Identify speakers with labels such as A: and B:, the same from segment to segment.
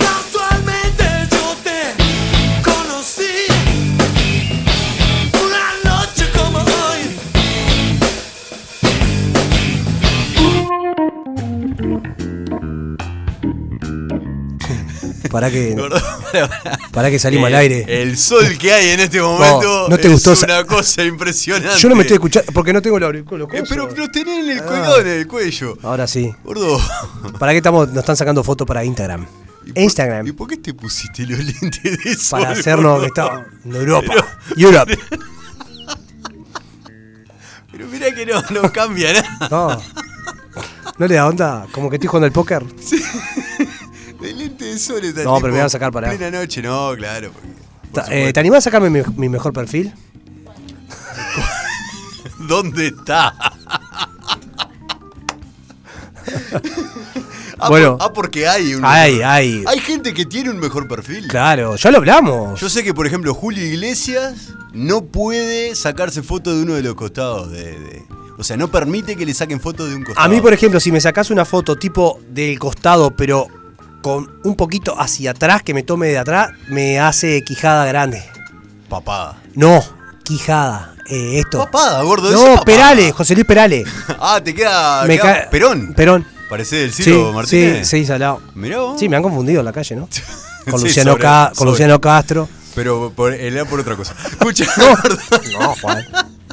A: Casualmente yo te conocí una noche como hoy.
B: Para que,
C: Gordo, pará, pará.
B: para que salimos
C: El-
B: al aire.
C: Eh, El sol que hay en este momento
B: no te
C: es
B: gustó esa-
C: una cosa impresionante.
B: Yo no me estoy escuchando porque no tengo los auriculares.
C: Eh, pero lo tenés en el
B: Ah.
C: colgado en el cuello.
B: Ahora sí.
C: Gordo.
B: ¿Para qué estamos? Nos están sacando fotos para Instagram.
C: ¿y por- ¿Y
B: Instagram.
C: por qué te pusiste los lentes de sol?
B: Em. Para hacernos
C: gordo?
B: que estamos en Europa. Europe.
C: Pero mirá que no, no cambia nada.
B: No. ¿No le da onda? Como que estoy jugando al póker.
C: El lente de sol está
B: No,
C: tipo
B: pero me van a sacar para-
C: Plena noche, no, claro. porque- por
B: Ta- eh,
C: supuesto.
B: ¿Te animás a sacarme mi, mi mejor perfil?
C: ¿Dónde está? Ah,
B: Bueno.
C: por- ah, porque hay un.
B: Ay, ay.
C: Hay gente que tiene un mejor perfil.
B: Claro, ya lo hablamos.
C: Yo sé que, por ejemplo, Julio Iglesias no puede sacarse foto de uno de los costados. De, de- o sea, no permite que le saquen foto de un costado.
B: A mí, por ejemplo, si me sacás una foto tipo del costado, pero con un poquito hacia atrás, que me tome de atrás, me hace quijada grande.
C: Papada.
B: No, quijada. eh, esto.
C: Papada, gordo.
B: no,
C: ese papada.
B: Perales, José Luis Perales.
C: Ah, te queda.
B: Me
C: queda
B: ca-
C: Perón.
B: Perón.
C: Parece del Ciro Martínez.
B: Sí, sí, salado.
C: Mirá vos.
B: Sí, me han confundido en la calle, ¿no? Con,
C: Sí,
B: Luciano,
C: sobre-
B: Ca- con
C: sobre.
B: Luciano Castro.
C: Pero por, era por otra cosa. Escucha,
B: No, Juan.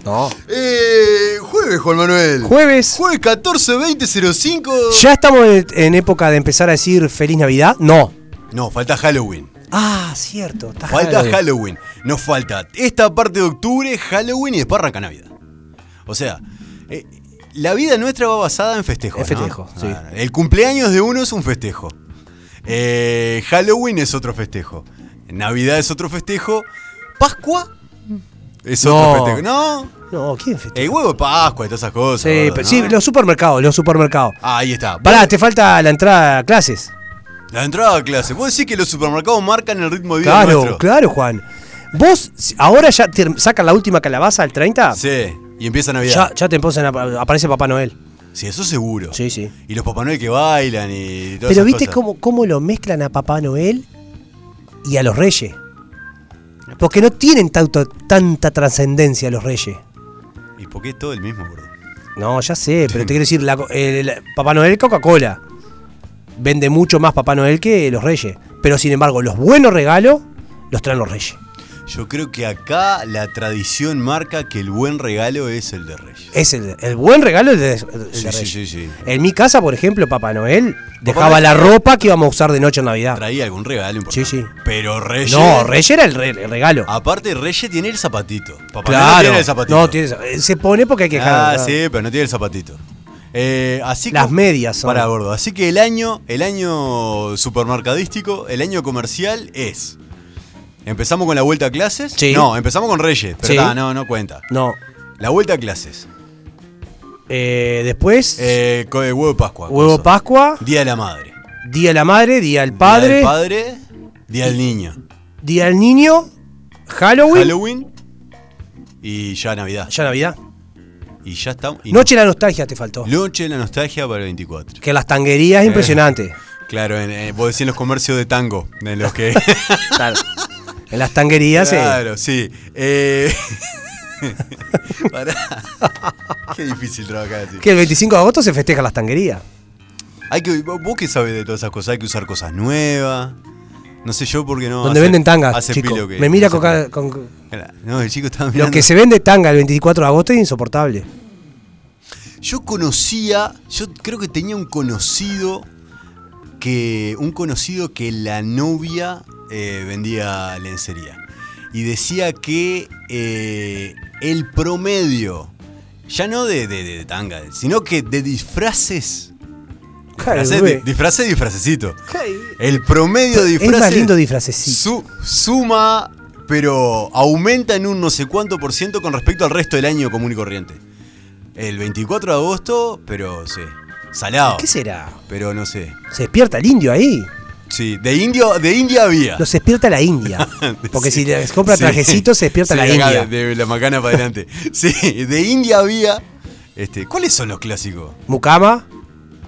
B: No.
C: Eh, jueves, Juan Manuel.
B: Jueves.
C: Jueves 14 20 05.
B: ¿Ya estamos en, en época de empezar a decir Feliz Navidad? No.
C: No, falta Halloween.
B: Ah, cierto. está
C: Falta
B: Halloween.
C: Halloween. Nos falta esta parte de octubre, Halloween y después arranca Navidad. O sea, eh, la vida nuestra va basada en festejos.
B: En
C: ¿no?
B: festejo, sí.
C: Ah, el cumpleaños de uno es un festejo. Eh, Halloween es otro festejo. Navidad es otro festejo. Pascua es
B: No.
C: otro festejo. No,
B: No, ¿quién festeja?
C: el huevo de Pascua y todas esas cosas.
B: Sí,
C: Eh, ¿no?
B: pero- sí, los supermercados, los supermercados.
C: Ah, ahí está.
B: Pará, te falta la entrada a clases.
C: La entrada a clase. Vos decís que los supermercados marcan el ritmo de vida
B: Claro,
C: nuestro.
B: claro, Juan. Vos, si- ahora ya te sacan la última calabaza al 30,
C: Sí, y empieza Navidad.
B: ya, ya te empiezan a- aparece Papá Noel.
C: Sí, eso seguro.
B: Sí, sí.
C: Y los Papá Noel que bailan y todo
B: Pero viste cómo, cómo lo mezclan a Papá Noel y a los reyes. Porque no tienen tanto, tanta trascendencia los reyes.
C: ¿Y por qué es todo el mismo, gordo?
B: No, ya sé, pero te quiero decir, la co- el- el- Papá Noel Coca-Cola. Vende mucho más Papá Noel que los reyes. Pero sin embargo, los buenos regalos los traen los reyes.
C: Yo creo que acá la tradición marca que el buen regalo es el de Reyes.
B: Es el, el buen regalo es el de, el de
C: Sí, sí,
B: Reyes.
C: sí, sí.
B: En mi casa, por ejemplo, Papá Noel dejaba
C: Noel-
B: la ropa que íbamos a usar de noche en Navidad.
C: Traía algún regalo importante.
B: Sí, sí.
C: Pero Reyes.
B: No, Reyes era el, re- el regalo.
C: Aparte, Reyes tiene el zapatito. Papá Noel Ah, no
B: claro.
C: tiene el zapatito.
B: No, tiene esa- eh, se pone porque hay que dejar.
C: Ah,
B: claro.
C: sí, pero no tiene el zapatito. Eh, así
B: Las medias son.
C: Para gordo. Así que el año, el año supermercadístico, el año comercial es. Empezamos con la vuelta a clases.
B: Sí.
C: No, empezamos con Reyes. Pero
B: Sí.
C: ta, no, no cuenta.
B: No.
C: La vuelta a clases.
B: Eh, después,
C: Eh, co- eh, huevo de Pascua.
B: huevo
C: coso.
B: Pascua,
C: Día de la madre.
B: día de la madre, día del
C: Día
B: padre,
C: del padre. Día del niño.
B: día del niño, Halloween,
C: Halloween. Y ya Navidad.
B: ya Navidad.
C: Y ya estamos. y
B: Noche de la nostalgia te faltó.
C: Noche de la nostalgia para el 24.
B: Que las tanguerías
C: eh.
B: es impresionante.
C: Claro, en, eh, vos decís en los comercios de tango. En los que.
B: Claro. En las tanguerías eh,
C: Claro, sí. Eh... Pará. Qué difícil trabajar así.
B: que el 25 de agosto se festeja las tanguerías.
C: Hay que, vos vos que sabés de todas esas cosas, hay que usar cosas nuevas. No sé yo por qué no.
B: Donde
C: hace-
B: venden tangas,
C: hace
B: chico.
C: pilo que-
B: Me mira
C: hace
B: con, ca- con-
C: pilo. No, el chico estaba mirando.
B: Lo que se vende tanga el 24 de agosto es insoportable.
C: Yo conocía, yo creo que tenía un conocido que un conocido que la novia eh, vendía lencería y decía que eh, el promedio ya no de, de, de tanga, sino que de disfraces,
B: Claro,
C: disfraces,
B: güey.
C: di- disfraces, disfracecito. El promedio de
B: Es más
C: disfraces
B: lindo disfracecito.
C: su- suma, pero aumenta en un no sé cuánto por ciento con respecto al resto del año común y corriente. El 24 de agosto, pero sí, salado.
B: ¿Qué será?
C: Pero no sé.
B: ¿Se despierta el indio ahí?
C: Sí, de indio, de India había.
B: Los despierta la India. Porque
C: Sí.
B: si les compra
C: Sí.
B: trajecitos, se despierta
C: Sí,
B: la
C: acá
B: India.
C: De, de la macana para adelante. Sí, de India había. Este, ¿Cuáles son los clásicos?
B: Mucama,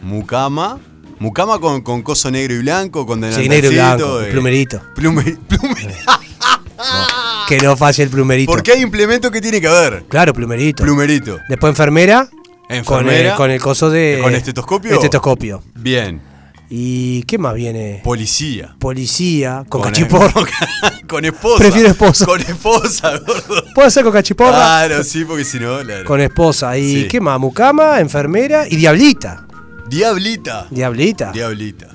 C: Mucama. Mucama con, con coso negro y blanco, con
B: sí, negro y
C: delantalcito,
B: blanco, el
C: eh,
B: plumerito.
C: plume- plume-
B: Que no falle el plumerito.
C: Porque hay implemento que tiene que haber.
B: Claro, plumerito.
C: Plumerito.
B: Después enfermera, con,
C: Enfermera.
B: el, con el coso de.
C: ¿Con estetoscopio?
B: Estetoscopio.
C: Bien.
B: ¿Y qué más viene?
C: Policía.
B: Policía, con,
C: Con,
B: cachiporro.
C: con esposa.
B: Prefiero esposa.
C: Con esposa, gordo.
B: ¿Puedo hacer con cachiporra?
C: Claro, sí, porque si no. claro.
B: con esposa. ¿Y
C: Sí.
B: qué más? Mucama, enfermera y diablita.
C: Diablita.
B: Diablita.
C: Diablita. Diablita.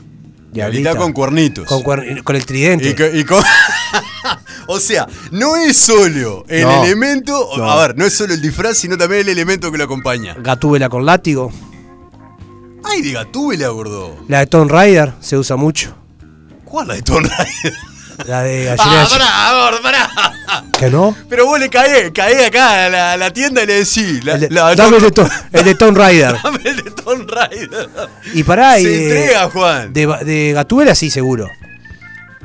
B: Diablita.
C: con cuernitos.
B: Con, cuer- con el tridente.
C: Y co- y co- o sea, no es solo el
B: No.
C: elemento, o-
B: No.
C: a ver, no es solo el disfraz, sino también el elemento que lo acompaña.
B: Gatúbela con látigo.
C: Ay, de Gatúbela, gordo.
B: La de Tomb Raider se usa mucho.
C: ¿Cuál la de Tomb Raider?
B: La de Angelina
C: Ah,
B: Jolie.
C: pará, gordo, pará.
B: ¿Que no?
C: Pero vos le caés, caés acá a la, a la tienda y le decís. La,
B: El de-
C: la-
B: dame el de, Tom- el de Tomb Raider.
C: dame el de Tomb Raider.
B: Y pará, y
C: Se
B: de-
C: entrega, Juan. De,
B: De, ba- de Gatúbela sí, seguro.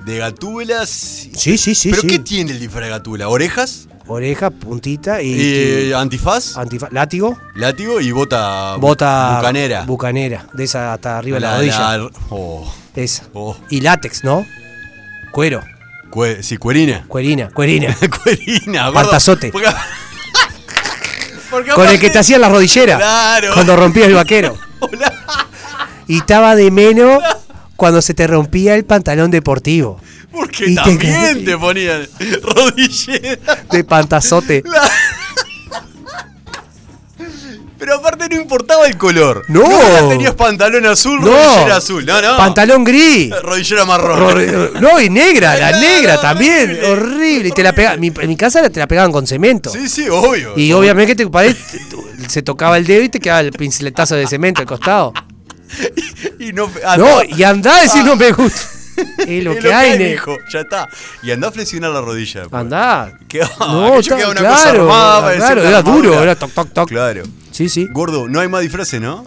C: Gatúbela. sí.
B: Sí, sí, sí.
C: ¿Pero
B: sí.
C: qué tiene el disfraz de Gatúbela? ¿Orejas?
B: Oreja, puntita y. este,
C: Eh, ¿Antifaz?
B: antifa- látigo.
C: ¿Látigo? Y bota.
B: Bota.
C: Bucanera.
B: Bucanera. De esa hasta arriba de la,
C: La-
B: rodilla.
C: la- oh,
B: Esa.
C: oh.
B: Y látex, ¿no? Cuero.
C: Cue- sí, cuerina.
B: Cuerina, cuerina.
C: cuerina, gordo.
B: Pantazote.
C: Porque- porque
B: Con el que
C: aparte-
B: te hacían la rodillera.
C: Claro.
B: Cuando rompías el vaquero. Y estaba de menos cuando se te rompía el pantalón deportivo.
C: Porque
B: Y te-
C: también te, ponían rodillera.
B: De pantazote.
C: Pero aparte no importaba el color.
B: No.
C: Nunca Tenías pantalón azul,
B: No.
C: rodillera azul. No, no.
B: Pantalón gris.
C: Rodillera marrón.
B: Horri- No, y negra, la
C: Claro,
B: negra
C: horrible,
B: también. Horrible. Y te la pega- mi- en mi casa la- te la pegaban con cemento.
C: Sí, sí, obvio.
B: Y obviamente que te paré, se tocaba el dedo y te quedaba el pinceletazo de cemento al costado.
C: Y no, ah,
B: No,
C: no.
B: y andá a decir no me gusta. Es lo
C: Es
B: que hay, ne-
C: mijo. Ya está. Y andá a flexionar la rodilla. después.
B: Andá.
C: Que- ah,
B: No,
C: que yo
B: está-
C: quedaba una cosa
B: claro,
C: armada, parecía
B: claro,
C: una
B: era
C: armadura.
B: duro, era toc, toc, toc.
C: Claro.
B: Sí, sí.
C: Gordo, no hay más disfraces, ¿no?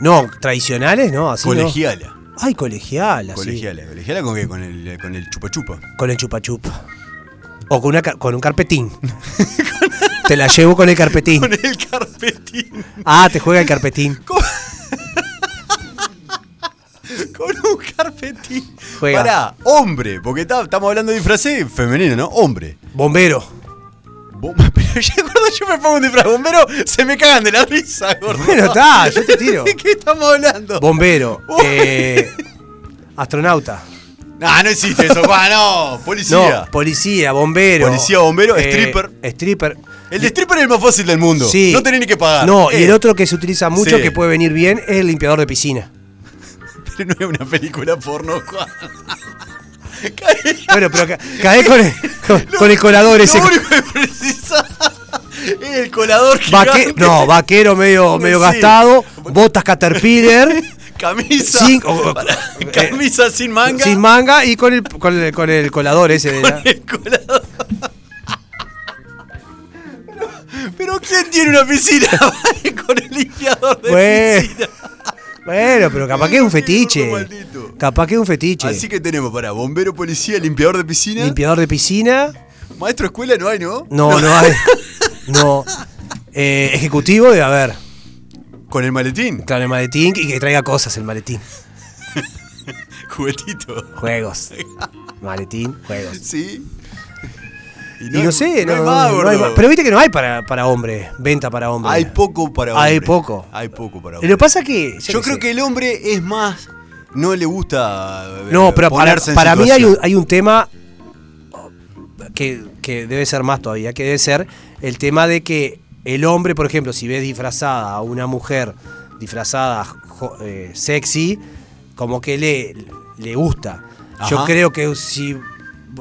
B: No, tradicionales, no, así no.
C: colegiala.
B: Ay, colegiala, sí.
C: Colegiala. ¿Colegiala con qué? Con el, con el chupa chupa.
B: Con el chupa chupa. O con, una, ca- con un carpetín. te la llevo con el carpetín.
C: Con el carpetín.
B: Ah, te juega el carpetín.
C: Con un carpetín.
B: Juega.
C: Pará, hombre, porque está- estamos hablando de disfraces femenino, ¿no? Hombre.
B: Bombero.
C: Bomba, pero yo, gordo, yo me pongo un disfraz bombero, se me cagan de la risa, gordo.
B: Bueno, está, yo te tiro.
C: ¿De qué estamos hablando?
B: Bombero.
C: Uy.
B: eh, astronauta.
C: Ah, no existe eso, Juan, no. Policía.
B: No, policía, bombero. Eh,
C: Policía, bombero, stripper.
B: Stripper.
C: el de stripper es el más fácil del mundo.
B: Sí.
C: No tenés ni que pagar.
B: No, y
C: Eh,
B: el otro que se utiliza mucho,
C: Sí.
B: que puede venir bien, es el limpiador de piscina.
C: Pero no es una película porno, Juan.
B: Bueno, pero ca- cae con el, con, con el colador ese.
C: Lo único que precisa es el colador
B: Vaque-
C: gigante.
B: no, vaquero medio, medio
C: Sí.
B: gastado, botas caterpillar,
C: Camisa.
B: sin, o- o-
C: camisa sin manga.
B: eh, sin manga y con el, con el, con el colador ese. de la-
C: el colador. Pero ¿quién tiene una piscina con el limpiador de
B: Bueno,
C: piscina?
B: Bueno, pero capaz que es un fetiche.
C: Maldito.
B: Capaz que es un fetiche.
C: Así que tenemos para bombero, policía, limpiador de piscina.
B: Limpiador de piscina.
C: Maestro de escuela no hay, ¿no?
B: No, no hay. No. Eh, ejecutivo debe haber.
C: Con el maletín.
B: Claro, el maletín y que traiga cosas el maletín.
C: Juguetito.
B: Juegos. Maletín, juegos.
C: Sí.
B: Y no,
C: hay-
B: sé, no,
C: hay más,
B: no hay
C: gordo.
B: más. Pero viste que no hay para, para hombre, venta para hombre.
C: Hay poco para hombre.
B: Hay poco.
C: Hay poco para
B: Lo
C: hombre.
B: que pasa es que.
C: Yo creo
B: sé.
C: que el hombre es más. No le gusta. eh,
B: No, pero para,
C: ponerse en
B: para mí hay
C: situación.
B: un, hay un tema que, que debe ser más todavía, que debe ser el tema de que el hombre, por ejemplo, si ves disfrazada a una mujer disfrazada jo- eh, sexy, como que le, le gusta. Yo
C: Ajá.
B: creo que si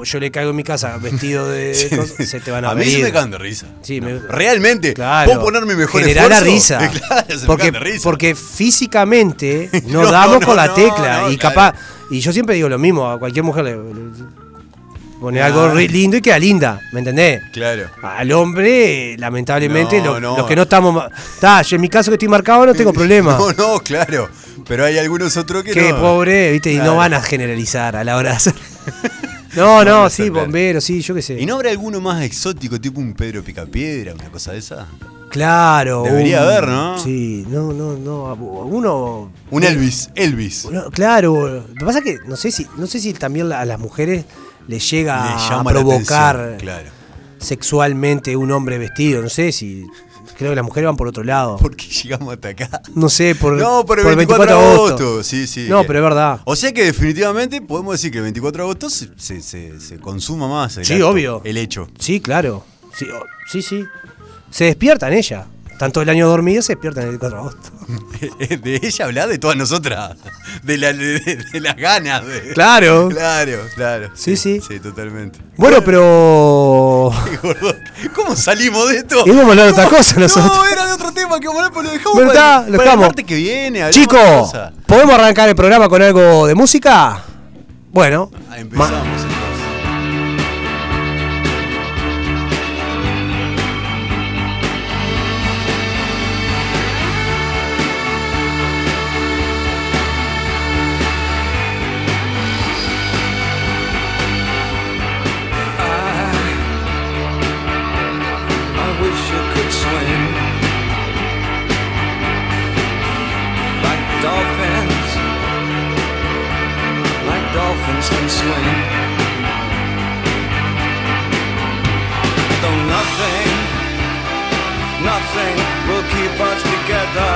B: yo le caigo en mi casa vestido de, de cosas, se te van a
C: A mí se
B: reír.
C: me cagan de risa.
B: Sí, me-
C: Realmente,
B: Claro.
C: puedo poner mi mejor
B: Generar la
C: esfuerzo?
B: risa.
C: Claro, se
B: porque,
C: me cagan de risa.
B: porque físicamente no,
C: No,
B: damos
C: no,
B: con la
C: no,
B: tecla.
C: no,
B: y
C: claro.
B: capaz. Y yo siempre digo lo mismo, a cualquier mujer le, le- le- pone algo
C: Ah.
B: re lindo y queda linda, ¿me entendés?
C: Claro.
B: Al hombre, eh, lamentablemente,
C: No,
B: lo-
C: no.
B: los que no estamos. ma- Ta, yo en mi caso que estoy marcado no tengo problema.
C: No, no, claro. Pero hay algunos otros que
B: Qué
C: no.
B: pobre, viste, y
C: Claro.
B: no van a generalizar a la hora de hacer. No, no, sí,
C: claro.
B: bomberos, sí, yo qué sé.
C: ¿Y no habrá alguno más exótico, tipo un Pedro Picapiedra, una cosa de esa?
B: Claro.
C: Debería
B: un-
C: haber, ¿no?
B: Sí, no, no, no. Uno.
C: Un Elvis, Elvis.
B: uno- claro. Lo que pasa es que no sé si, no sé si también la- a las mujeres les llega
C: Le
B: a
C: llama la
B: provocar
C: atención, claro.
B: sexualmente un hombre vestido. No sé si. Creo que las mujeres van por otro lado.
C: ¿Por qué llegamos hasta acá?
B: no sé, por,
C: no, por el 24, de agosto. Sí, sí.
B: No, pero es verdad.
C: O sea que definitivamente podemos decir que el 24 de agosto se, se- se- se consuma más el
B: Sí,
C: acto,
B: obvio.
C: El hecho.
B: Sí, claro. Sí, o- sí, sí. Se despiertan ella. Tanto el año dormida se despiertan el 4 de agosto.
C: De ella hablar de todas nosotras. De, la- de- de las ganas. de-
B: Claro.
C: Claro, claro.
B: Sí, sí.
C: Sí, totalmente.
B: Bueno, pero.
C: Gordo, ¿Cómo salimos de esto?
B: Íbamos a hablar de otra
C: ¿Cómo?
B: cosa
C: No,
B: nosotros.
C: era de otro tema que vamos a hablar, pero lo dejamos
B: Bueno,
C: para,
B: está, lo
C: para
B: dejamos.
C: el martes que viene. hablemos de otra
B: Chicos,
C: cosa.
B: ¿podemos arrancar el programa con algo de música? Bueno,
C: Ah,
B: ma-
C: Empezamos entonces.
D: I wish I could swim like dolphins, like dolphins can swim. Though nothing, nothing will keep us together.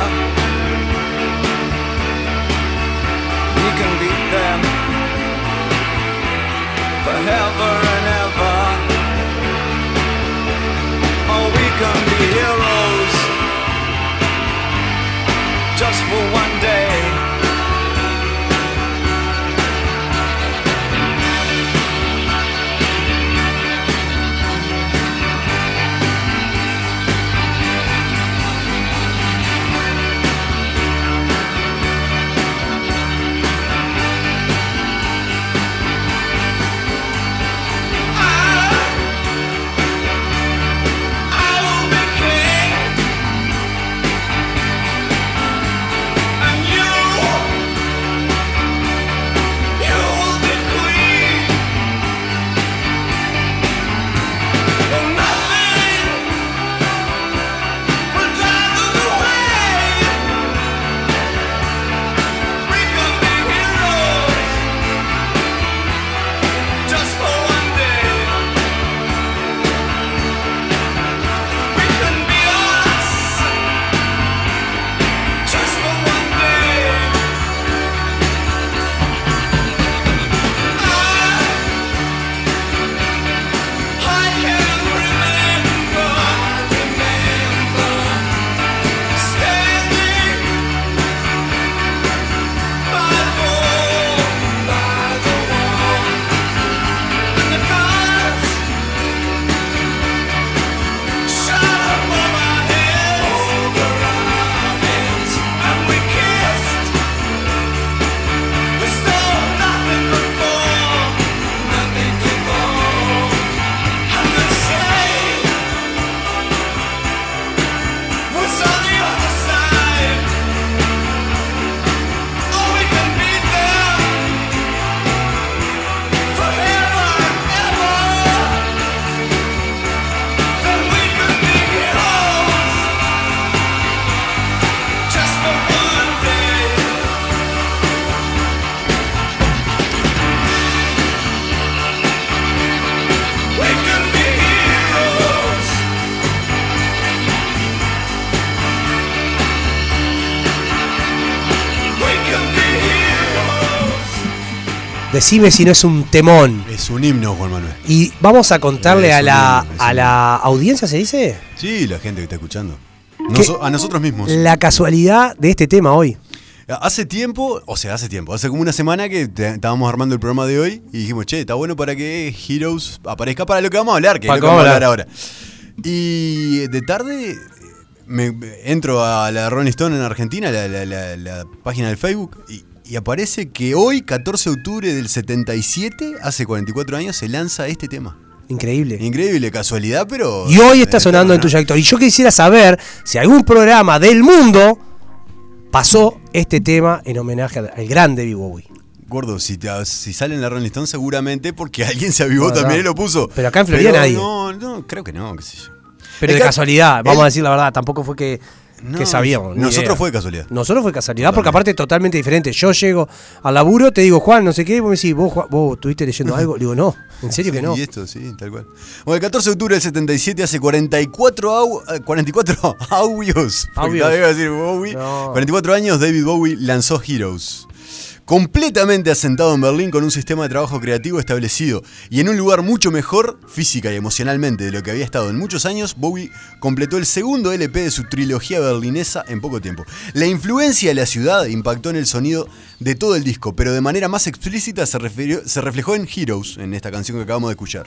D: We can beat them forever and ever. Oh, we can be heroes just for one day. Just for one day, we can be us. Just for one day. I can remember, remember standing by the wall, by the wall, and the guards shot above our heads, over our heads, and we kissed. We saw nothing but fall, nothing but fall. And the shame was on the other side. Oh, we can beat them forever and ever. Then we can be heroes just for one day. We can be heroes. We can be heroes.
B: decime si no es un temón.
C: Es un himno, Juan Manuel.
B: Y vamos a contarle
C: Es
B: a
C: un
B: la,
C: himno, es
B: a
C: un
B: la audiencia, ¿se dice?
C: Sí, la gente que está escuchando.
B: ¿Qué? Eh,
C: Noso- a nosotros mismos.
B: La casualidad de este tema hoy.
C: Hace tiempo, o sea, hace tiempo, hace como una semana que te- estábamos armando el programa de hoy y dijimos, che, está bueno para que Heroes aparezca para lo que vamos a hablar, que
B: Para
C: es lo que
B: lo que
C: vamos a
B: vamos
C: hablar ahora. Y de tarde eh, me, me- entro a la Rolling Stone en Argentina, la, la- la- la página del Facebook, y, y aparece que hoy, 14 de octubre del 77, hace 44 años, se lanza este tema.
B: Increíble.
C: Increíble casualidad, pero...
B: Y hoy está
C: eh,
B: sonando en
C: bueno.
B: tu trayectoria. Y yo quisiera saber si algún programa del mundo pasó este tema en homenaje al, al grande David Bowie.
C: Gordo, si, te- si sale en la Rolling Stone seguramente porque alguien se avivó
B: No,
C: también
B: no.
C: y lo puso.
B: Pero acá en Florida nadie.
C: No, no, creo que no, qué sé yo.
B: Pero
C: Es
B: de
C: que-
B: casualidad, vamos
C: él-
B: a decir la verdad, tampoco fue que,
C: No,
B: que sabíamos. ni
C: Nosotros
B: idea.
C: fue de casualidad.
B: Nosotros fue casualidad, porque aparte es totalmente diferente. Yo llego al laburo, te digo, Juan, no sé qué, y vos me decís, vos, Juan, vos estuviste leyendo algo. Le digo, no, en serio que no.
C: Y esto, sí, este tal cual. Bueno, el 14 de octubre del 77 hace 44, au- eh, 44 audios. porque
B: Audios.
C: todavía iba a decir oh, Bowie.
B: No.
C: 44 años, David Bowie lanzó Heroes. Completamente asentado en Berlín con un sistema de trabajo creativo establecido y en un lugar mucho mejor física y emocionalmente de lo que había estado en muchos años, Bowie completó el segundo LP de su trilogía berlinesa en poco tiempo. La influencia de la ciudad impactó en el sonido de todo el disco, pero de manera más explícita se, refirió- se reflejó en Heroes, en esta canción que acabamos de escuchar.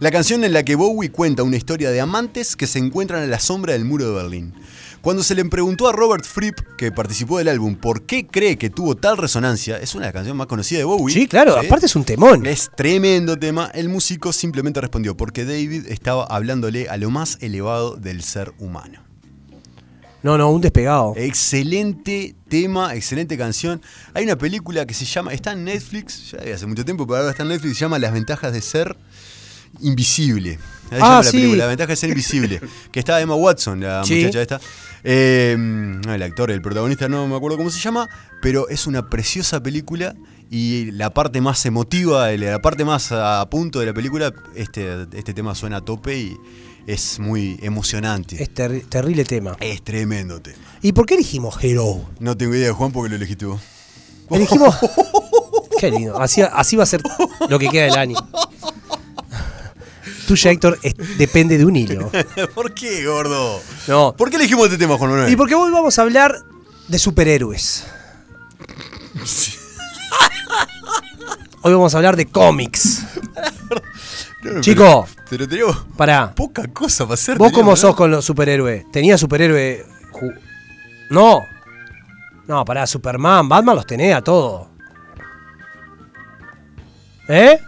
C: La canción en la que Bowie cuenta una historia de amantes que se encuentran a la sombra del muro de Berlín. Cuando se le preguntó a Robert Fripp, que participó del álbum, por qué cree que tuvo tal resonancia, es una de las canciones más conocidas de Bowie.
B: Sí, claro,
C: Sí.
B: aparte es un temón.
C: Es tremendo tema. El músico simplemente respondió, porque David estaba hablándole a lo más elevado del ser humano.
B: No, no, un despegado.
C: Eh. Excelente tema, excelente canción. Hay una película que se llama, está en Netflix, ya de hace mucho tiempo, pero ahora está en Netflix, se llama Las ventajas de ser invisible. Ahí se
B: Ah,
C: llama la
B: sí.
C: película, La ventaja de ser invisible. Que está Emma Watson, la
B: Sí.
C: muchacha esta. Eh, no, el actor, el protagonista, no me acuerdo cómo se llama, pero es una preciosa película y la parte más emotiva, la parte más a punto de la película, este, este tema suena a tope y es muy emocionante.
B: Es terri- terrible tema.
C: es tremendo tema.
B: ¿Y por qué elegimos Hero?
C: No tengo idea, Juan, porque lo elegiste vos.
B: Elegimos. Qué lindo. Así, así va a ser lo que queda del año. Tuya, Héctor, es- depende de un hilo.
C: ¿Por qué, gordo?
B: No.
C: ¿Por qué elegimos este tema, Juan Manuel?
B: Y porque hoy vamos a hablar de superhéroes. Hoy vamos a hablar de cómics.
C: No, no,
B: Chico.
C: pero- Pero tenemos
B: Pará.
C: poca cosa para hacer.
B: ¿Vos
C: teníamos,
B: cómo
C: ¿no?
B: sos con los superhéroes? ¿Tenías superhéroe? ju- No. No, pará, Superman, Batman los tenía todo. ¿Eh?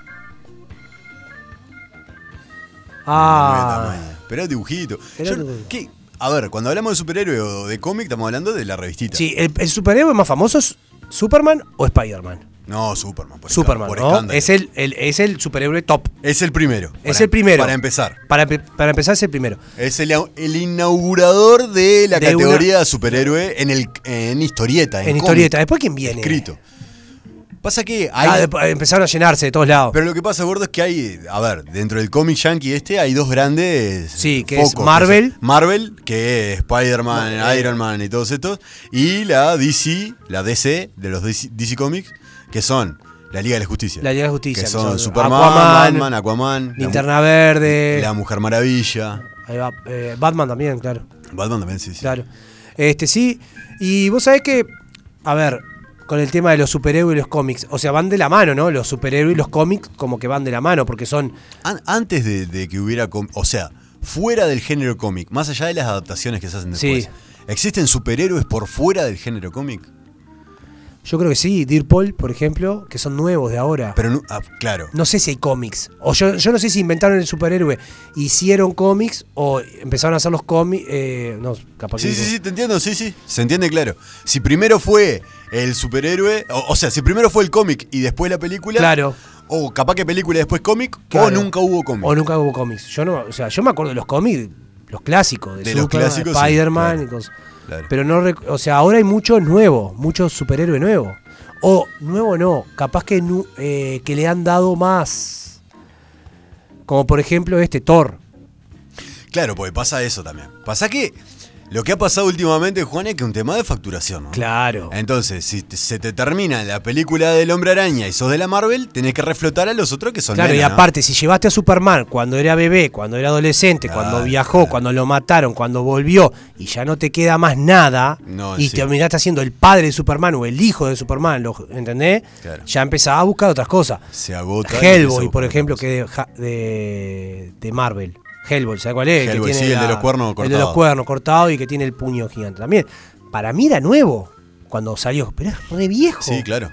C: No,
B: Ah.
C: no, no. Pero dibujito.
B: Era
C: Yo-
B: dibujito.
C: ¿qué? A ver, cuando hablamos de superhéroe o de cómic, estamos hablando de la revistita.
B: Sí, el, el superhéroe más famoso es Superman o Spider-Man.
C: No, Superman. Por
B: Superman,
C: esca- por
B: ¿no?
C: escándalo.
B: Es el, el- es el superhéroe top.
C: Es el primero.
B: es
C: para- em-
B: el primero.
C: Para empezar.
B: Para, empe- para empezar es el primero.
C: Es el, el inaugurador de la
B: De una-
C: categoría superhéroe en, el, en historieta. En,
B: en
C: cómic,
B: historieta. Después, ¿quién viene?
C: Escrito. Pasa que hay,
B: Ah, después empezaron a llenarse de todos lados.
C: Pero lo que pasa, gordo, es que hay, a ver, dentro del cómic yankee este hay dos grandes.
B: Sí, que es
C: focos,
B: Marvel. eh,
C: que son- Marvel, que es Spider-Man, Iron Man y todos estos. Y la DC, la DC, de los DC, Comics, que son la Liga de la Justicia.
B: La Liga de la Justicia,
C: Que
B: que
C: son,
B: son
C: Superman,
B: Aquaman,
C: Batman, Aquaman, la mu-
B: Linterna Verde.
C: la Mujer Maravilla.
B: Ahí va, eh, Batman también, claro.
C: Batman también, sí, sí.
B: Claro. Este sí. Y vos sabés que, a ver, con el tema de los superhéroes y los cómics, o sea, van de la mano, ¿no? Los superhéroes y los cómics como que van de la mano, porque son...
C: An- antes de, de que hubiera. com- O sea, fuera del género cómic, más allá de las adaptaciones que se hacen después.
B: Sí.
C: ¿Existen superhéroes por fuera del género cómic?
B: Yo creo que sí, Dear Paul, por ejemplo, que son nuevos de ahora.
C: Pero, no- ah, claro.
B: no sé si hay cómics. O yo, yo no sé si inventaron el superhéroe, hicieron cómics o empezaron a hacer los cómics... eh, no, capaz que...
C: Sí, sí,
B: digo-
C: sí, te entiendo, sí, sí. Se entiende claro. Si primero fue el superhéroe, o, o sea, si primero fue el cómic y después la película.
B: Claro.
C: O capaz que película y después cómic, o
B: Claro.
C: nunca hubo cómic.
B: O nunca hubo cómics. Yo no, o sea, yo me acuerdo de los cómics, los clásicos, de,
C: De los
B: Superman,
C: clásicos, sí,
B: Spider-Man
C: claro.
B: y cosas.
C: Claro.
B: Pero no, rec- o sea, ahora hay muchos nuevos, muchos superhéroes nuevos. O nuevo no, capaz que nu- eh, que le han dado más. Como por ejemplo este Thor.
C: Claro, porque pasa eso también. Pasa que lo que ha pasado últimamente, Juan, es que un tema de facturación, ¿no?
B: Claro.
C: Entonces, si te- se te termina la película del Hombre Araña y sos de la Marvel, tenés que reflotar a los otros que son
B: Claro, y
C: menos, ¿no?
B: aparte, si llevaste a Superman cuando era bebé, cuando era adolescente, cuando
C: Claro,
B: viajó,
C: claro.
B: cuando lo mataron, cuando volvió, y ya no te queda más nada,
C: No,
B: y
C: sí.
B: terminaste siendo el padre de Superman o el hijo de Superman, lo- ¿entendés?
C: Claro.
B: Ya empezás a buscar otras cosas.
C: Se agota. y empieza a
B: Hellboy,
C: buscar
B: por ejemplo,
C: otras
B: que de, Ja- de, de Marvel. Hellboy, ¿sabes cuál es?
C: Hellboy, sí, el de los cuernos
B: El de los
C: cortados.
B: cuernos cortados y que tiene el puño gigante también. Para mí era nuevo cuando salió, pero es re viejo.
C: cosas. Sí, claro.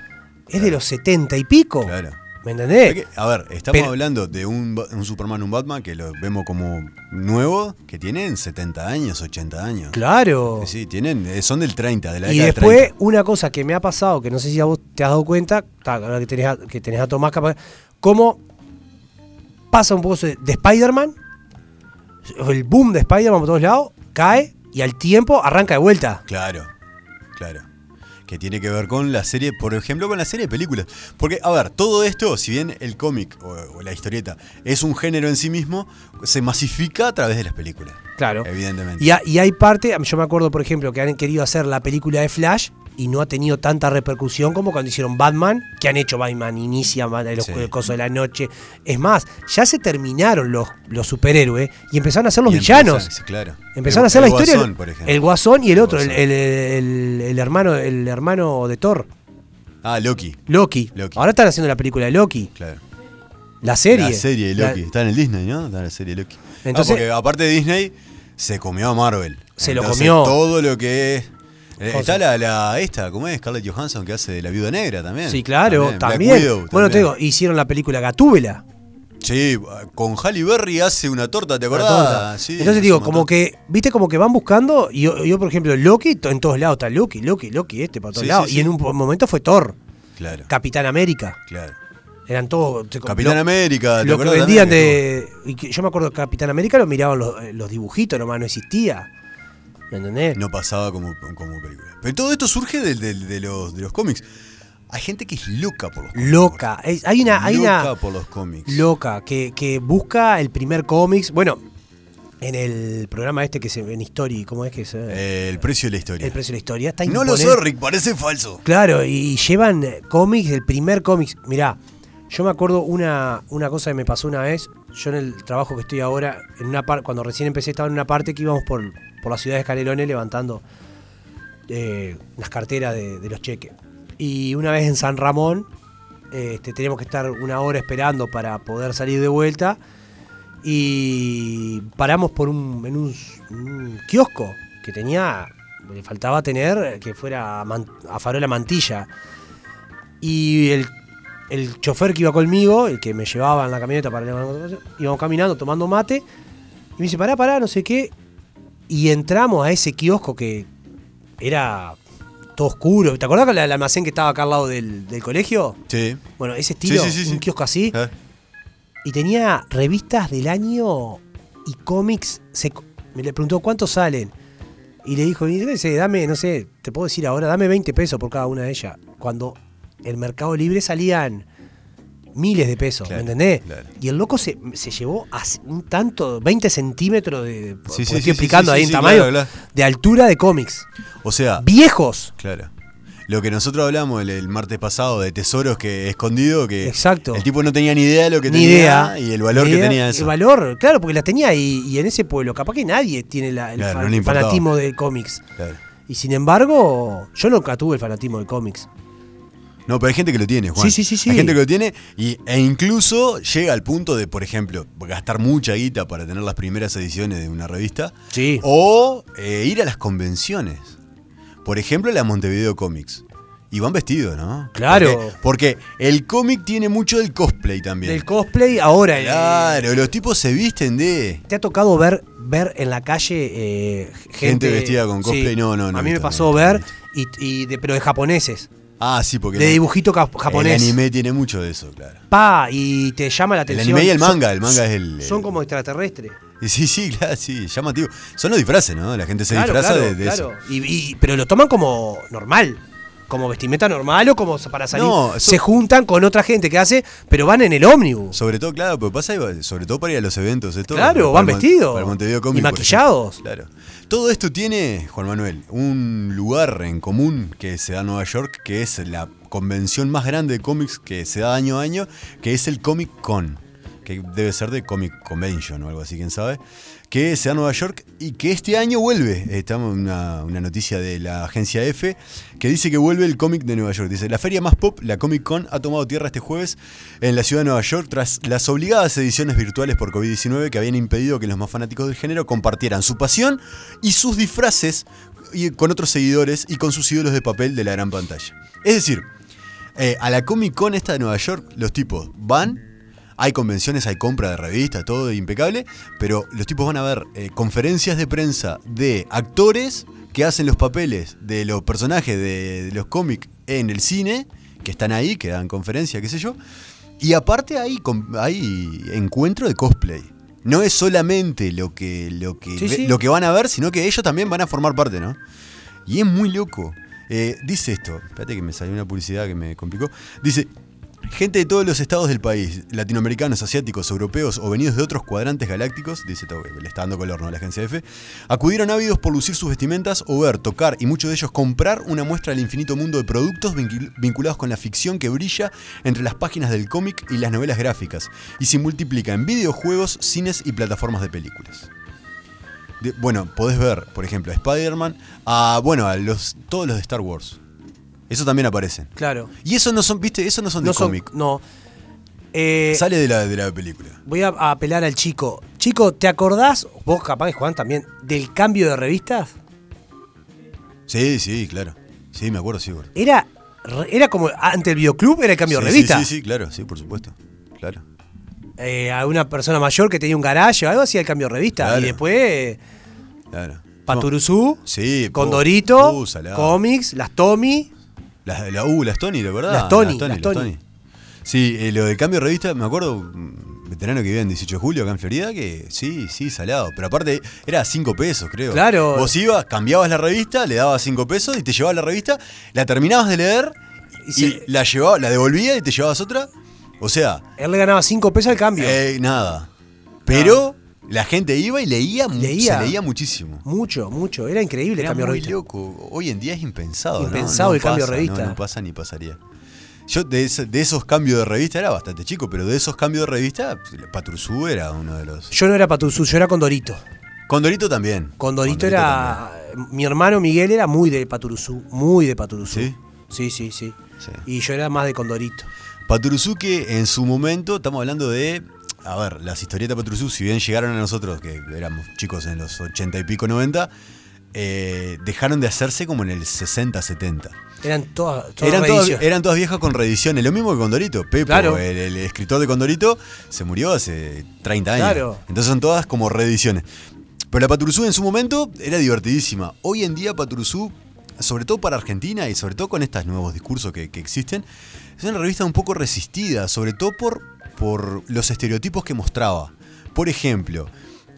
B: Es de los setenta y pico.
C: Claro.
B: ¿Me entendés?
C: A ver, estamos
B: Eh, Pero-
C: hablando de un, Ba- un Superman, un Batman que lo vemos como nuevo, que tienen 70 años, 80 años.
B: Claro.
C: Sí, tienen, eh, son del 30, de la
B: Y
C: década del
B: después,
C: 30.
B: una cosa que me ha pasado, que no sé si a vos te has dado cuenta, ta, ahora que tenés a, que tenés a Tomás capaz, cómo pasa un poco eso de, de Spider-Man, el boom de Spider-Man por todos lados, cae y al tiempo arranca de vuelta.
C: Claro, claro. Que tiene que ver con la serie, por ejemplo, con la serie de películas. Porque, a ver, todo esto, si bien el cómic o, o la historieta es un género en sí mismo, se masifica a través de las películas.
B: Claro.
C: Evidentemente.
B: Y, ha- y hay parte, yo me acuerdo, por ejemplo, que han querido hacer la película de Flash y no ha tenido tanta repercusión como cuando hicieron Batman, que han hecho Batman Inicia, Batman, los
C: Sí.
B: cosas de la noche. Es más, ya se terminaron los, los superhéroes y empezaron a ser los
C: Y empiezan-
B: villanos.
C: sí, claro. El-
B: Empezaron a hacer la
C: el
B: historia.
C: Guasón,
B: el-
C: por ejemplo.
B: el Guasón y el
C: El
B: otro, el,
C: Guasón.
B: el- el- el hermano, el hermano de Thor,
C: Ah, Loki.
B: Loki.
C: Loki.
B: Ahora están haciendo la película de Loki,
C: Claro.
B: la serie.
C: La serie de Loki.
B: La-
C: Está en el Disney, ¿no? Está en la serie de Loki. Ah,
B: Entonces-
C: porque aparte de Disney, se comió a Marvel.
B: Se lo
C: Entonces,
B: comió.
C: Todo lo que es. eh,
B: Cosa.
C: Está la, la- esta, ¿cómo es? Scarlett Johansson que hace de la viuda negra también.
B: sí, claro, también.
C: Black Widow
B: Bueno, te
C: también.
B: digo, hicieron la película Gatúbela.
C: Sí, con Halle Berry hace una torta, ¿te acordás?
B: Torta.
C: Sí,
B: Entonces
C: hace
B: digo,
C: una
B: como
C: torta.
B: que, viste, como que van buscando, y yo, yo, por ejemplo, Loki, to- en todos lados está Loki, Loki, Loki, este, para todos
C: Sí,
B: lados.
C: sí,
B: y en
C: sí.
B: un po- momento fue Thor,
C: Claro,
B: Capitán América.
C: claro.
B: Eran todos. se-
C: Capitán
B: lo-
C: América, ¿te
B: Lo que
C: acordás
B: vendían
C: también
B: de. y que Yo me acuerdo que Capitán América lo miraban los, eh, los dibujitos, nomás no existía. ¿Me entendés?
C: No pasaba como, como película. Pero todo esto surge del- del- de, los, de los cómics. Hay gente que es loca por los cómics.
B: Loca. Es- hay una. Hay
C: loca
B: una
C: por los cómics.
B: loca que, que busca el primer cómics. Bueno, en el programa este que se ve en History, ¿cómo es que se.?
C: Eh, el precio de la historia.
B: el precio de la historia. Está
C: No lo
B: imponente.
C: sé, Rick, parece falso.
B: Claro, y llevan eh, cómics, el primer cómics. Mirá, yo me acuerdo una, una cosa que me pasó una vez. Yo en el trabajo que estoy ahora, en una par- cuando recién empecé, estaba en una parte que íbamos por, por la ciudad de Escalerones levantando eh, las carteras de, de los cheques. Y una vez en San Ramón, eh, este, teníamos que estar una hora esperando para poder salir de vuelta. Y paramos por un, en un, un kiosco que tenía, le faltaba tener que fuera man- a farola mantilla. Y el, el chofer que iba conmigo, el que me llevaba en la camioneta para levantar, íbamos caminando tomando mate. Y me dice, pará, pará, no sé qué. Y entramos a ese kiosco que era todo oscuro. ¿Te acordás del el almacén que estaba acá al lado del, del colegio?
C: Sí.
B: Bueno, ese estilo,
C: Sí, sí, sí,
B: un
C: sí.
B: kiosco así.
C: Ah,
B: Y tenía revistas del año y cómics. Se, me le preguntó cuántos salen. Y le dijo, y dice, dame, no sé, te puedo decir ahora, dame 20 pesos por cada una de ellas. Cuando el mercado libre salían miles de pesos,
C: Claro,
B: ¿me entendés?
C: claro.
B: Y el loco se, se llevó a un tanto, 20 centímetros de. porque
C: sí,
B: estoy
C: sí, sí,
B: explicando
C: sí,
B: ahí
C: sí,
B: en
C: claro,
B: tamaño.
C: claro.
B: De altura de cómics.
C: O sea,
B: Viejos.
C: claro. Lo que nosotros hablamos el, el martes pasado de tesoros que escondido, que
B: Exacto.
C: el tipo no tenía ni idea de lo que
B: ni
C: tenía
B: idea.
C: y el valor
B: ni
C: que
B: idea,
C: tenía eso.
B: El valor, claro, porque las tenía y, y en ese pueblo. Capaz que nadie tiene la- el,
C: Claro,
B: fa-
C: no le
B: el
C: importaba.
B: fanatismo de cómics.
C: Claro.
B: Y sin embargo, yo nunca tuve el fanatismo de cómics.
C: No, pero hay gente que lo tiene, Juan.
B: Sí, sí, sí, sí.
C: Hay gente que lo tiene y, e incluso llega al punto de, por ejemplo, gastar mucha guita para tener las primeras ediciones de una revista.
B: Sí.
C: O eh, ir a las convenciones. Por ejemplo, la Montevideo Comics. Y van vestidos, ¿no?
B: Claro.
C: Porque, porque el cómic tiene mucho del cosplay también.
B: Del cosplay, ahora. eh,
C: Claro, los tipos se visten de...
B: ¿Te ha tocado ver, ver en la calle eh, gente,
C: Gente vestida con cosplay? No, no, no,
B: A mí me
C: no,
B: pasó
C: no,
B: ver,
C: no.
B: y, y de, pero de japoneses.
C: Ah, sí, porque...
B: De
C: el-
B: dibujito ca- japonés.
C: El anime tiene mucho de eso, claro.
B: Pa, y te llama la atención.
C: anime y el
B: Son-
C: manga, el manga es el-
B: Son como extraterrestres.
C: Y Sí, sí, claro, sí, llamativo. Son los disfraces, ¿no? La gente se disfraza de, de eso.
B: Y, y- pero lo toman como normal, como vestimenta normal o como sa- para salir.
C: No, eso-
B: Se juntan con otra gente que hace, pero van en el ómnibus.
C: Sobre todo, claro, porque pasa, sobre todo para ir a los eventos. Esto,
B: Claro,
C: para
B: van
C: el Mon-
B: vestidos.
C: Para el Montevideo Comic,
B: Y
C: por
B: maquillados.
C: ejemplo. Claro. Todo esto tiene, Juan Manuel, un lugar en común que se da en Nueva York, que es la convención más grande de cómics que se da año a año, que es el Comic Con, que debe ser de Comic Convention o algo así, quién sabe, que se da en Nueva York y que este año vuelve. Estamos en una, una noticia de la agencia EFE que dice que vuelve el cómic de Nueva York. Dice, la feria más pop, la Comic Con, ha tomado tierra este jueves en la ciudad de Nueva York tras las obligadas ediciones virtuales por COVID-19 que habían impedido que los más fanáticos del género compartieran su pasión y sus disfraces y- con otros seguidores y con sus ídolos de papel de la gran pantalla. Es decir, Eh, a la Comic Con esta de Nueva York, los tipos van, hay convenciones, hay compra de revistas, todo impecable, pero los tipos van a ver eh, conferencias de prensa de actores que hacen los papeles de los personajes de, de los cómics en el cine, que están ahí, que dan conferencia, qué sé yo. Y aparte hay, com- hay encuentro de cosplay. No es solamente lo que, lo, que,
B: Sí,
C: ve-
B: sí.
C: lo que van a ver, sino que ellos también van a formar parte, ¿no? Y es muy loco. Eh, dice esto, espérate que me salió una publicidad que me complicó. Dice, gente de todos los estados del país, latinoamericanos, asiáticos, europeos o venidos de otros cuadrantes galácticos, dice todo, eh, le está dando color, ¿no? La agencia F, acudieron ávidos por lucir sus vestimentas o ver, tocar y muchos de ellos comprar una muestra del infinito mundo de productos vincul- vinculados con la ficción que brilla entre las páginas del cómic y las novelas gráficas y se multiplica en videojuegos, cines y plataformas de películas. De- bueno, podés ver, por ejemplo, a Spider-Man, a, bueno, a los, todos los de Star Wars. Eso también aparecen.
B: Claro.
C: Y eso no son, viste, eso no son de
B: No son-
C: cómic.
B: No. Eh,
C: Sale de la, de la película.
B: voy a, a apelar al chico. Chico, ¿te acordás, vos capaz, Juan, también, del cambio de revistas?
C: Sí, sí, claro. Sí, me acuerdo, sí, gordo.
B: Era, re- era como ante el videoclub, era el cambio de
C: Sí,
B: revista.
C: Sí, sí, sí, claro, sí, por supuesto. Claro.
B: Eh, a una persona mayor que tenía un garaje o algo hacía el cambio de revista.
C: Claro.
B: Y después, eh,
C: Claro.
B: Paturuzú,
C: Sí, po-
B: Condorito,
C: uh, salado.
B: Comics, las Tommy.
C: La, la, uh, las Tony, ¿de verdad?
B: Las Tony, las Tony.
C: Sí, eh, lo del cambio de revista, me acuerdo, mm, veterano que vivía en 18 de julio acá en Florida, que sí, sí, salado. Pero aparte, era 5 pesos, creo.
B: Claro.
C: Vos ibas, cambiabas la revista, le dabas 5 pesos y te llevabas la revista, la terminabas de leer
B: Y
C: y,
B: se-
C: la, llevaba, la devolvías y te llevabas otra. O sea,
B: Él le ganaba 5 pesos al cambio.
C: eh, nada. Pero la gente iba y leía, mu-
B: Leía.
C: se leía muchísimo.
B: Mucho, mucho. Era increíble el
C: Era
B: cambio de
C: muy
B: revista.
C: loco. Hoy en día es impensado. ¿no?
B: Impensado
C: No
B: el cambio de
C: pasa,
B: revista.
C: No, no pasa ni pasaría. Yo de, ese- de esos cambios de revista era bastante chico, pero de esos cambios de revista, Patrusú era uno de los.
B: Yo no era Paturuzú, yo era Condorito.
C: Condorito también.
B: Condorito era. Mi hermano Miguel era muy de Paturuzú, muy de Paturuzú.
C: ¿Sí?
B: Sí, sí, sí.
C: Sí.
B: Y yo era más de Condorito.
C: Patrusú que en su momento, estamos hablando de. A ver, las historietas Patrusú, si bien llegaron a nosotros, que éramos chicos en los 80 y pico, 90, eh, dejaron de hacerse como en el 60, 70.
B: Eran todas. todas
C: Eran todas,
B: reediciones.
C: eran todas viejas con reediciones, lo mismo que Condorito. Pepo,
B: Claro.
C: el, el escritor de Condorito, se murió hace 30 años.
B: Claro.
C: Entonces son todas como reediciones. Pero la Patrusú en su momento era divertidísima. Hoy en día Patrusú, sobre todo para Argentina y sobre todo con estos nuevos discursos que, que existen, es una revista un poco resistida, sobre todo por, por los estereotipos que mostraba. Por ejemplo,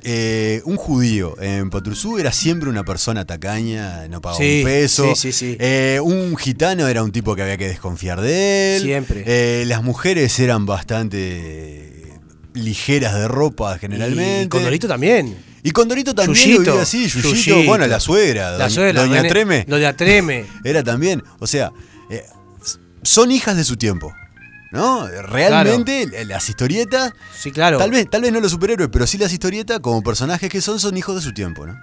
C: eh, un judío en Patrusú era siempre una persona tacaña, no pagaba
B: Sí,
C: un peso.
B: sí, sí, sí.
C: Eh, un gitano era un tipo que había que desconfiar de él.
B: Siempre.
C: Eh, las mujeres eran bastante ligeras de ropa generalmente.
B: Y Condorito también.
C: Y Condorito también lo
B: Yuyito.
C: vivía así, Yuyito,
B: Yuyito.
C: bueno, la suegra,
B: La
C: doña,
B: suegra,
C: doña
B: René-
C: Treme,
B: Doña Treme.
C: era también, o sea, eh, s- son hijas de su tiempo, ¿no? Realmente eh, las historietas,
B: Sí, claro.
C: tal vez tal vez no los superhéroes, pero sí las historietas como personajes que son, son hijos de su tiempo, ¿no?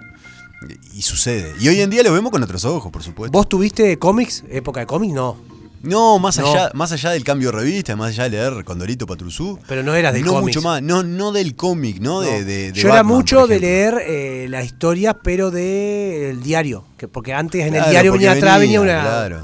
C: Y y sucede. Y hoy en día lo vemos con otros ojos, por supuesto.
B: ¿Vos tuviste cómics? ¿Época de cómics? No.
C: No, más
B: No.
C: allá, más allá del cambio de revista, más allá de leer Condorito Patrusú.
B: Pero no eras del
C: No
B: cómics.
C: mucho más, no, no del cómic, no, De,
B: No.
C: de- de
B: Yo era
C: Batman,
B: mucho
C: por
B: de
C: ejemplo.
B: leer eh, las historias, pero del diario. Que, porque antes en el
C: Claro,
B: diario
C: porque
B: venía atrás, venía una.
C: Claro,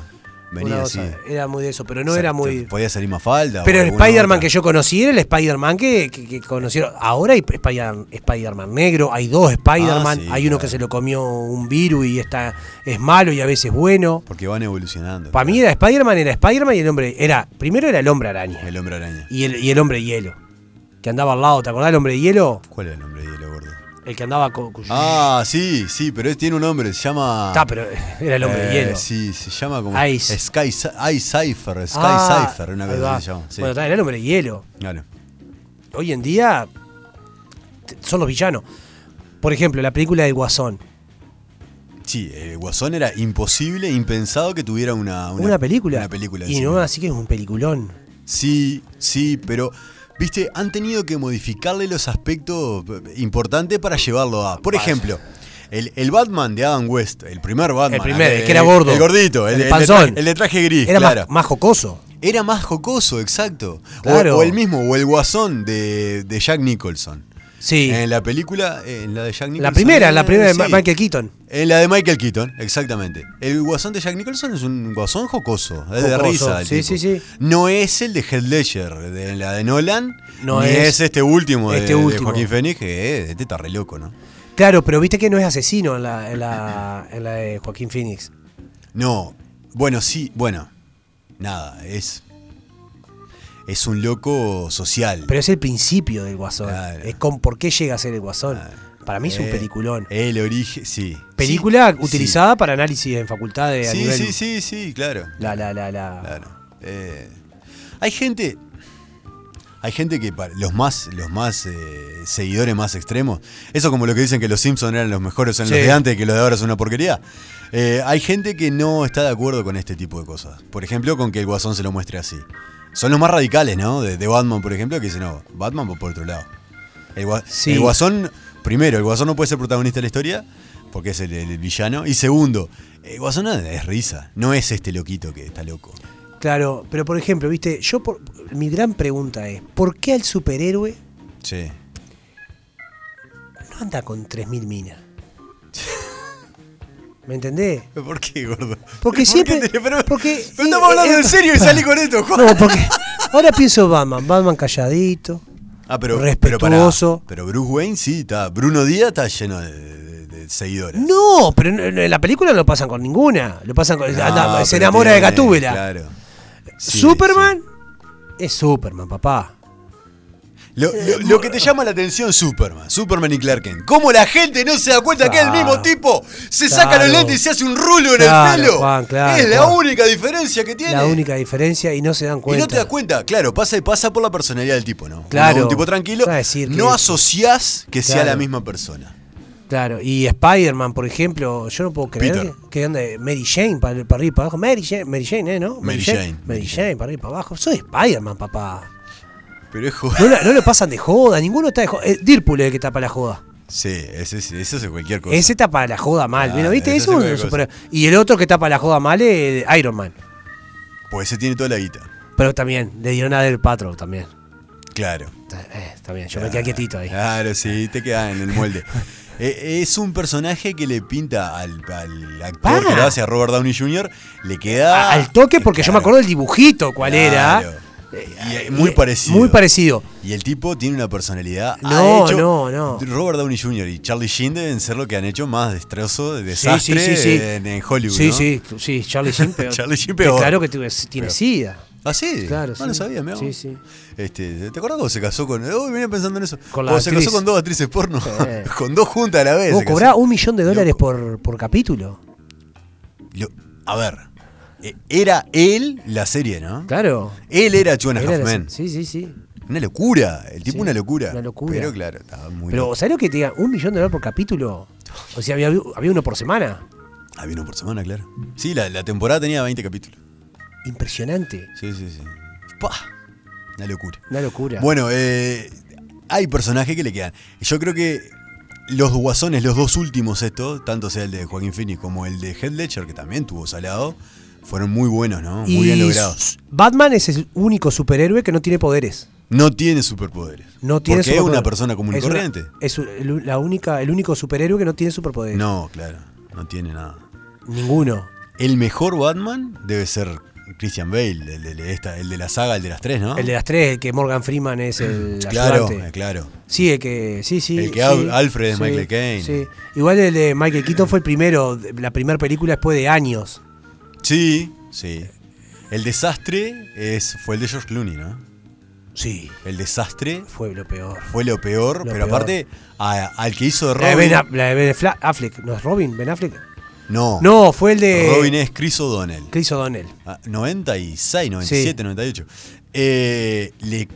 B: una
C: venía así.
B: cosa. Era muy de eso, pero no
C: O sea,
B: era
C: te-
B: muy.
C: Podía salir más falda.
B: Pero el Spider-man que yo conocí era el Spider-Man que, que- que conocieron. Ahora hay Spider- Spider-Man negro, hay dos Spider-Man,
C: Ah, sí,
B: hay uno
C: claro.
B: que se lo comió un virus y está, es malo y a veces bueno.
C: Porque van evolucionando.
B: Para mí era Spider-Man, era Spider-Man y el hombre. Era, primero era el hombre araña
C: El hombre araña.
B: y el, y el hombre hielo. Que andaba al lado, ¿te acordás del hombre hielo?
C: ¿Cuál era el nombre de hielo gordo?
B: El que andaba con. con-
C: Ah, sí, sí, pero él tiene un nombre, se llama.
B: Está, pero era el hombre
C: Eh,
B: hielo.
C: Sí, se llama como.
B: Ice.
C: Sky, Cy- Ice Cypher, Sky
B: Ah,
C: Cypher, una
B: ahí
C: cosa
B: va.
C: así se llama. Sí,
B: Bueno, está, era el hombre hielo.
C: claro.
B: hoy en día t- son los villanos. Por ejemplo, la película del Guasón.
C: Sí, eh, Guasón era imposible, impensado que tuviera una,
B: Una, película.
C: Una película.
B: Y
C: encima.
B: no, así que es un peliculón.
C: Sí, sí, pero, viste, han tenido que modificarle los aspectos eh, importantes para llevarlo a. Por ejemplo. El, el Batman de Adam West, el primer Batman.
B: El primer,
C: aquel-
B: el que era gordo.
C: El gordito, el,
B: El
C: el de
B: panzón.
C: traje- el de traje gris,
B: Era
C: claro.
B: más, más jocoso.
C: Era más jocoso, exacto. O-
B: Claro.
C: O, el mismo, o el guasón de, de Jack Nicholson.
B: Sí.
C: En la película, en la de Jack Nicholson.
B: La primera, la primera de Ma-
C: Sí.
B: Michael Keaton.
C: En la de Michael Keaton, exactamente. El guasón de Jack Nicholson es un guasón jocoso, es de
B: Jocoso,
C: risa. el
B: sí,
C: tipo.
B: sí, sí.
C: No es el de Heath Ledger, de la de Nolan,
B: No
C: ni
B: es
C: es, este último, de-
B: este
C: de,
B: último.
C: Joaquín Phoenix, que eh, este está re loco, ¿no?
B: Claro, pero viste que no es asesino en la, en la, en la de Joaquín Phoenix.
C: No, bueno, sí, bueno, nada, es. Es un loco social.
B: Pero es el principio del Guasón.
C: Claro.
B: Es con por qué llega a ser el Guasón. Para mí es un
C: Eh,
B: peliculón.
C: El origen, sí.
B: Película
C: Sí,
B: utilizada para análisis en facultades. a
C: Sí,
B: nivel-
C: sí, sí, sí, claro.
B: La, la, la, la.
C: Claro. Eh, hay gente. Hay gente que para- los más, los más eh, seguidores más extremos, eso como lo que dicen que los Simpsons eran los mejores en
B: Sí.
C: los de antes, que los de ahora son una porquería. Eh, hay gente que no está de acuerdo con este tipo de cosas. Por ejemplo, con que el Guasón se lo muestre así. Son los más radicales, ¿no? De, de Batman, por ejemplo, que dicen, no, Batman va por otro lado. El, gua-
B: Sí.
C: el Guasón, primero, el Guasón no puede ser protagonista de la historia, porque es el, el villano. Y segundo, el Guasón es risa, no es este loquito que está loco.
B: Claro, pero por ejemplo, viste, yo por, mi gran pregunta es, ¿por qué al superhéroe
C: Sí.
B: no anda con 3.000 minas? ¿Me entendés?
C: ¿Por qué, gordo?
B: Porque
C: qué
B: siempre-
C: te- pero-
B: porque-
C: pero estamos hablando
B: eh,
C: en serio y salí con esto, Juan.
B: No, porque ahora pienso Batman, Batman calladito.
C: ah, pero,
B: respetuoso.
C: Pero, pará, pero Bruce Wayne sí, está. Bruno Díaz está lleno de, de- de seguidores.
B: No, pero no- no, en la película no lo pasan con ninguna. Lo pasan con- anda-
C: Ah,
B: se
C: pero
B: enamora de
C: tiene,
B: Gatúbela.
C: Claro. Sí,
B: Superman es Superman, papá.
C: sí. Lo, lo- lo que te llama la atención, Superman. Superman y Clark Kent. ¿Cómo la gente no se da cuenta que es el
B: Claro.
C: mismo tipo? Se saca
B: Claro.
C: los lentes y se hace un rulo en
B: Claro,
C: el pelo.
B: Juan, claro,
C: es la
B: Juan.
C: única diferencia que tiene.
B: La única diferencia y no se dan
C: Y
B: cuenta.
C: no te das cuenta, claro, pasa, pasa por la personalidad del tipo, ¿no?
B: Claro.
C: Uno, Un tipo tranquilo.
B: Va a decir que-
C: no asociás que sea
B: Claro.
C: la misma persona.
B: Claro, y Spider-Man, por ejemplo, yo no puedo creer
C: Peter.
B: que, que ande Mary Jane para, para arriba y para abajo. Mary Jane, Mary Jane, ¿eh? ¿No?
C: Mary Jane,
B: Mary
C: Mary
B: Jane, para arriba y para abajo. Soy Spider-Man, papá.
C: Pero es joder.
B: No, la- no lo pasan de joda, ninguno está de joda. Eh, Deadpool es el que tapa la joda.
C: Sí, ese, ese, ese es cualquier cosa.
B: Ese tapa la joda mal.
C: Ah,
B: Bueno, ¿Viste?
C: ese
B: Eso
C: sí
B: es un
C: cualquier
B: super- Y el otro que tapa la joda mal es Iron Man.
C: Pues ese tiene toda la guita.
B: Pero también, le dieron a Del Patro también.
C: Claro.
B: Eh, está bien, yo me quedé quietito ahí.
C: Claro, sí, te queda en el molde. Eh, es un personaje que le pinta al, al actor
B: Ah.
C: que lo hace a Robert Downey Jr. Le queda.
B: A- Al toque, porque yo
C: Ah,
B: me
C: Claro,
B: acuerdo del dibujito, cuál
C: claro.
B: era.
C: Y, eh, muy
B: Eh,
C: parecido.
B: Muy parecido.
C: Y el tipo tiene una personalidad. Ah,
B: No,
C: de hecho,
B: no, no.
C: Robert Downey Jr. y Charlie Sheen deben ser lo que han hecho más destrozo, de desastre En, en Hollywood.
B: Sí,
C: ¿no?
B: sí, sí, Charlie Sheen. pero-
C: Charlie Sheen peor.
B: Claro que tuve- tiene
C: Peor.
B: sida.
C: ¿Ah, sí?
B: Claro,
C: no lo
B: sí.
C: sabía, me hago.
B: Sí, sí.
C: Este, ¿Te acuerdas cuando se casó con.? Uy, venía pensando en eso.
B: Con la
C: cuando se
B: actriz.
C: casó con dos actrices porno.
B: Sí.
C: con dos juntas a la vez.
B: Vos
C: se casó.
B: cobrás un millón de
C: Loco.
B: dólares por, por capítulo.
C: Lo- a ver. eh, Era él la serie, ¿no?
B: Claro.
C: Él era Chuan
B: Era la-
C: Hoffman.
B: Sí, sí, sí.
C: Una locura. El tipo,
B: Sí,
C: una locura.
B: una locura.
C: Pero claro, estaba muy.
B: Pero, ¿sabés lo que te diga? Un millón de dólares por capítulo. O sea, había, había uno por semana.
C: Ah, vino por semana, claro. Sí, la, la temporada tenía 20 capítulos.
B: Impresionante.
C: Sí, sí, sí. ¡Pah! Una locura.
B: Una locura.
C: Bueno, eh, hay personajes que le quedan. Yo creo que los guasones, los dos últimos estos, tanto sea el de Joaquín Phoenix como el de Heath Ledger, que también tuvo salado, fueron muy buenos, ¿no? Muy bien
B: Y
C: logrados.
B: s- Batman es el único superhéroe que no tiene poderes.
C: No tiene superpoderes.
B: No tiene
C: Porque es
B: superpoderes.
C: una persona común y
B: Es una-
C: corriente.
B: es un- el, la única, el único superhéroe que no tiene superpoderes.
C: No, claro, no tiene nada.
B: Ninguno.
C: El mejor Batman debe ser Christian Bale, el de, esta, el de la saga, el de las tres, ¿no?
B: El de las tres, el que Morgan Freeman es el
C: Claro,
B: ayudante.
C: eh, claro.
B: Sí, el que. Sí, sí.
C: El que
B: sí,
C: Al- Alfred es Michael Caine.
B: sí. Igual el de Michael Keaton fue el primero, de- la primera película después de años.
C: Sí, sí. El desastre es, fue el de George Clooney, ¿no?
B: Sí.
C: El desastre
B: Fue lo peor.
C: fue lo peor,
B: Lo
C: pero
B: peor.
C: aparte a- al que hizo de
B: La de,
C: Robin.
B: ben, A- la de Ben Afla- Affleck, ¿no es Robin? ¿Ben Affleck?
C: no,
B: No, eh. fue el de.
C: Robin es Chris O'Donnell.
B: Chris O'Donnell.
C: Ah, 96, 97, 98. Eh, le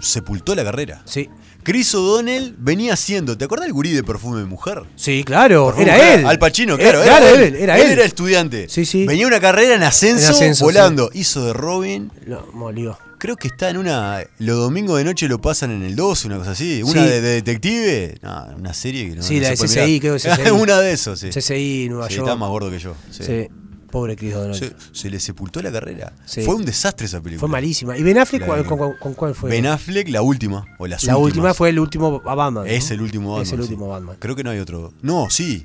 C: sepultó la carrera.
B: Sí.
C: Chris O'Donnell venía siendo, ¿te acordás el gurí de perfume de mujer?
B: Sí, claro,
C: Perfume
B: era
C: de Mujer,
B: él.
C: Al Pacino,
B: Era-
C: claro.
B: claro, él, era él.
C: era estudiante.
B: Sí, sí.
C: Venía una carrera en ascenso,
B: En ascenso,
C: volando. Hizo de Robin.
B: Lo molió.
C: Creo que está en una. Los domingos de noche lo pasan en el 2, una cosa así. Una
B: Sí.
C: de, de detective. No, una serie que no.
B: Sí,
C: no
B: la
C: se
B: de
C: puede
B: CSI,
C: mirar.
B: creo que CSI.
C: una de esos, sí.
B: CSI, Nueva
C: Sí,
B: York.
C: está más gordo que yo. Sí.
B: Sí. Pobre Chris O'Donnell.
C: Se, se le sepultó la carrera.
B: Sí.
C: Fue un desastre esa película.
B: Fue malísima. ¿Y Ben Affleck
C: La
B: cuál-
C: de-
B: con, con- con cuál fue?
C: Ben Affleck, la última. O las
B: la última
C: últimas.
B: fue el último a Batman. ¿no?
C: Es el último Batman.
B: Es el
C: sí.
B: último Batman.
C: Creo que no hay otro. No, sí.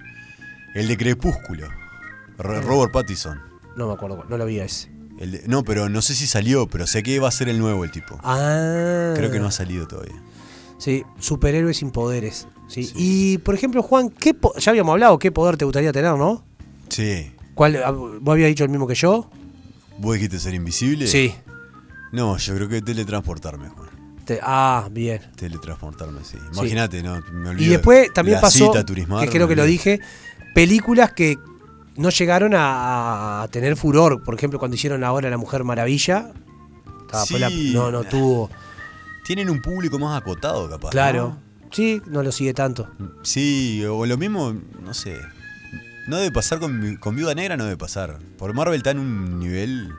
C: El de Crepúsculo.
B: Ah.
C: Ro- Robert Pattinson.
B: No me acuerdo, cuál, no lo vi a ese.
C: El de- no, pero no sé si salió, pero sé que va a ser el nuevo el tipo.
B: Ah.
C: Creo que no ha salido todavía.
B: Sí, superhéroes sin poderes. ¿sí? Y, por ejemplo, Juan, ¿qué po- ya habíamos hablado qué poder te gustaría tener, ¿no?
C: Sí.
B: ¿Cuál, ah, ¿Vos habías dicho el mismo que yo?
C: ¿Vos dijiste ser invisible? No, yo creo que teletransportarme, Juan.
B: Te- ah, bien.
C: Teletransportarme, sí. Imagínate, no, me olvido.
B: Y después también
C: la
B: pasó,
C: cita a Turismar,
B: que creo
C: me
B: que lo
C: olvido.
B: dije, películas que no llegaron a, a tener furor. Por ejemplo, cuando hicieron ahora La Mujer Maravilla, estaba- fue la-
C: Sí.
B: no, no tuvo.
C: Tienen un público más acotado, capaz.
B: Claro. Sí, no lo sigue tanto.
C: ¿no? Sí, o lo mismo, no sé. No debe pasar con, mi- con Viuda Negra, no debe pasar. Por Marvel está en un nivel.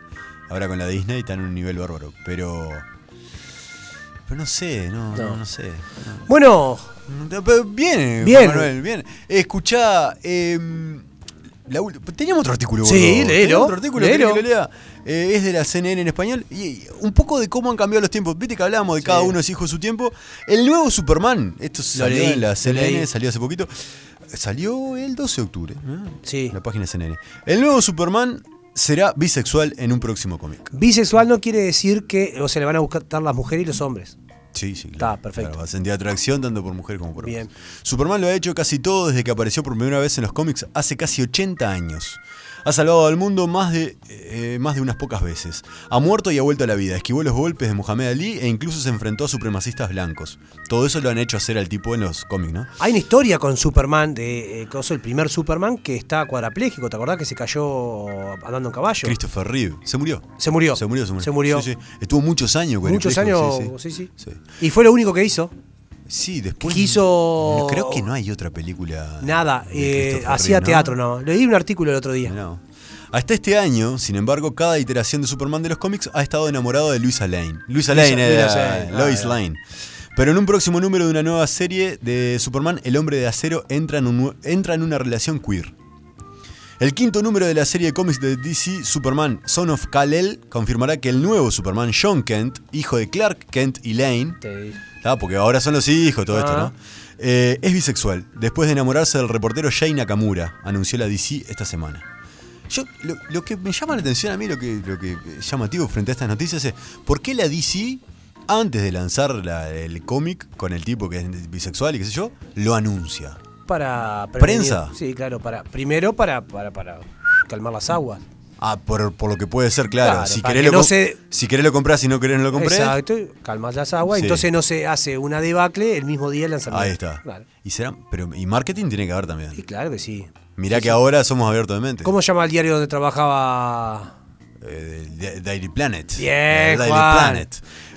C: Ahora con la Disney está en un nivel bárbaro. Pero. Pero no sé, no,
B: No.
C: no, no sé. no.
B: Bueno,
C: No, pero Bien,
B: Bien.
C: bien. Manuel, bien. Escuchá, em, la ul- teníamos otro artículo.
B: Sí,
C: gordo. Teníamos
B: léelo,
C: Otro artículo, ¿querés
B: léelo.
C: que lo lea? Eh, es de la CNN en español. Y, y un poco de cómo han cambiado los tiempos. Viste que hablábamos de cada uno es hijo de su tiempo. El nuevo Superman, esto salió
B: leí,
C: en la
B: lo
C: CNN,
B: leí.
C: salió hace poquito. Salió el 12 de octubre. ¿eh?
B: Sí.
C: La página CNN. El nuevo Superman será bisexual en un próximo cómic.
B: bisexual no quiere decir que o se le van a buscar las mujeres y los hombres.
C: Sí, sí, claro.
B: Está, perfecto.
C: Claro, va a sentir atracción tanto por mujer como por hombre.
B: Bien.
C: Superman lo ha hecho casi todo desde que apareció por primera vez en los cómics hace casi 80 años. Ha salvado al mundo más de, eh, más de unas pocas veces. Ha muerto y ha vuelto a la vida. Esquivó los golpes de Mohamed Ali e incluso se enfrentó a supremacistas blancos. Todo eso lo han hecho hacer al tipo en los cómics, ¿no?
B: Hay una historia con Superman, de eh, coso, el primer Superman que está cuadrapléjico, ¿te acordás que se cayó andando en caballo?
C: Christopher Reeve. ¿Se murió?
B: Se murió.
C: Se murió, se murió.
B: Se murió.
C: Sí, sí. Estuvo muchos años con el
B: Muchos años,
C: Playboy,
B: sí sí.
C: Sí.
B: Y fue lo único que hizo.
C: Sí, después.
B: Quiso-
C: No, creo que no hay otra película.
B: Nada,
C: de
B: eh,
C: Christopher
B: hacía
C: Reeve, ¿no?
B: teatro, no. Leí un artículo el otro día.
C: No. Hasta este año, sin embargo, cada iteración de Superman de los cómics ha estado enamorado de Luisa Lane. Luisa Lane, era
B: Luisa Lane,
C: Lois
B: ah,
C: Lane. Pero en un próximo número de una nueva serie de Superman, el hombre de acero entra en, un nue- entra en una relación queer. El quinto número de la serie de cómics de DC, Superman Son of Kal-El, confirmará que el nuevo Superman, John Kent, hijo de Clark Kent y Lane,
B: Te-
C: Ah, porque ahora son los hijos, todo esto, ¿no?
B: Ah.
C: Eh, es bisexual, después de enamorarse del reportero Jay Nakamura, anunció la DC esta semana. Yo, lo, lo que me llama la atención a mí, lo que, lo que es llamativo frente a estas noticias es, ¿por qué la DC, antes de lanzar la- el cómic con el tipo que es bisexual y qué sé yo, lo anuncia?
B: Para
C: ¿Prensa?
B: prevenir- Sí, claro, para primero para, para, para calmar las aguas.
C: Ah, por, por lo que puede ser, claro.
B: Claro,
C: si,
B: para
C: querés lo
B: que no
C: com-
B: se-
C: si querés lo comprás, si no querés no lo comprés.
B: Exacto, calmas las aguas,
C: Sí.
B: entonces no se hace una debacle el mismo día del lanzamiento.
C: Ahí está.
B: Claro.
C: Y, será, pero, y marketing tiene que haber también.
B: Y claro que sí.
C: Mirá que ahora somos abiertos de mente.
B: ¿Cómo se llama el diario donde trabajaba?
C: Eh, de- de- Daily Planet.
B: Bien,
C: De Daily
B: Juan.
C: Planet.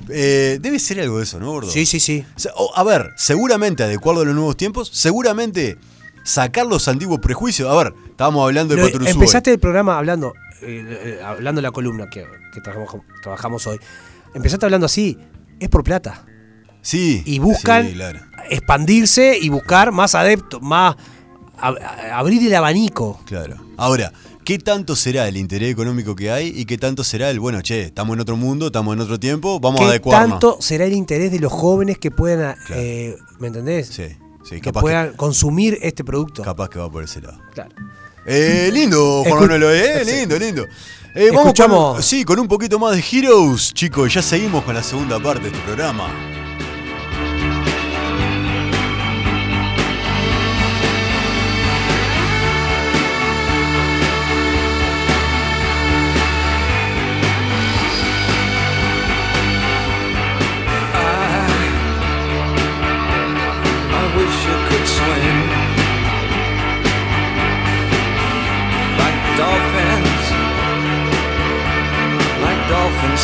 C: Eh, debe ser algo de eso, ¿no, gordo?
B: Sí, sí, sí.
C: O sea, o, a ver, seguramente adecuado a los nuevos tiempos, seguramente sacar los antiguos prejuicios. A ver, estábamos hablando de
B: Lo-
C: Patrusú
B: empezaste el programa hablando, eh, eh, hablando de la columna que, que trabajamos, trabajamos hoy. Empezaste hablando así, es por plata.
C: hoy. Sí.
B: y buscan
C: sí, claro.
B: expandirse y buscar más adeptos, más ab- abrir el abanico.
C: Claro. Ahora, ¿qué tanto será el interés económico que hay y qué tanto será el, bueno, che, estamos en otro mundo, estamos en otro tiempo, vamos a
B: ¿Qué
C: adecuarnos?
B: tanto será el interés de los jóvenes que puedan,
C: Claro.
B: eh, ¿me entendés?
C: Sí, sí,
B: que
C: capaz,
B: puedan consumir este producto.
C: que, capaz que va por ese lado.
B: Claro.
C: Eh, lindo,
B: Escu-
C: Juan Manuel Oe, eh, lindo, lindo. Eh, vamos
B: Escuchamos.
C: Con, sí, con un poquito más de Heroes, chicos. Ya seguimos con la segunda parte de este programa.
D: I wish I could swim like dolphins, like dolphins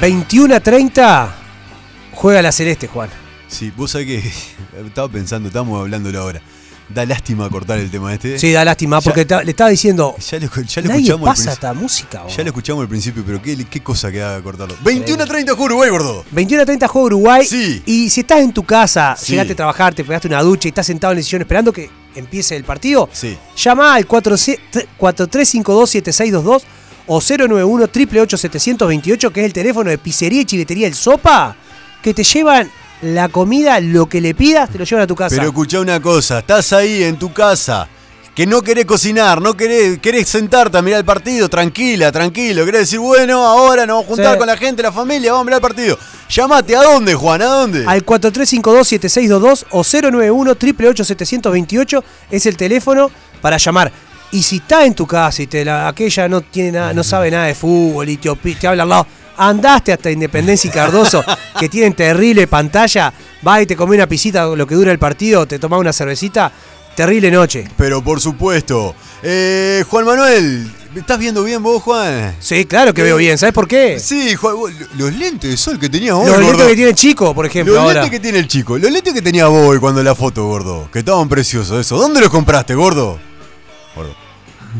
B: 21 a 30 juega la celeste, Juan.
C: Sí, vos sabés que estaba pensando, estábamos hablándolo ahora. Da lástima cortar el tema este.
B: Sí, da lástima,
C: Ya-
B: porque ta- le estaba diciendo,
C: Ya lo, ya lo
B: nadie
C: escuchamos al
B: pasa
C: principio.
B: esta música.
C: Ya lo escuchamos al principio, pero qué, qué cosa que da cortarlo. 21 a 30 juro, güey, gordo.
B: 21 a 30 juega Uruguay.
C: Sí.
B: Y si estás en tu casa,
C: Sí.
B: llegaste a trabajar, te pegaste una ducha y estás sentado en el sillón esperando que empiece el partido,
C: Sí.
B: llama al 4352-7622 o 091 888 728 que es el teléfono de Pizzería y Chivetería El Sopa, que te llevan la comida, lo que le pidas, te lo llevan a tu casa.
C: Pero escuchá una cosa, estás ahí en tu casa, que no querés cocinar, no querés, querés sentarte a mirar el partido, tranquila, tranquilo, querés decir, bueno, ahora nos vamos a juntar
B: Sí.
C: con la gente, la familia, vamos a mirar el partido. Llamate, ¿a dónde, Juan? ¿A dónde?
B: al 4352-7622 o 091-888-728 es el teléfono para llamar. Y si está en tu casa y te la, aquella no tiene nada, no sabe nada de fútbol y te, opi- te habla al lado, andaste hasta Independencia y Cardoso, que tienen terrible pantalla, vas y te comés una pisita lo que dura el partido, te tomás una cervecita, terrible noche.
C: Pero por supuesto. Eh, Juan Manuel, ¿me ¿estás viendo bien vos, Juan?
B: Sí, claro que veo bien, ¿sabes por qué?
C: Sí, Juan, vos, lo- los lentes de sol que tenías vos,
B: Los
C: gordo.
B: lentes que tiene chico, por ejemplo,
C: Los
B: ahora.
C: lentes que tiene el chico, los lentes que tenía vos hoy cuando la foto, gordo, que estaban preciosos, eso. ¿Dónde los compraste, gordo? Gordo.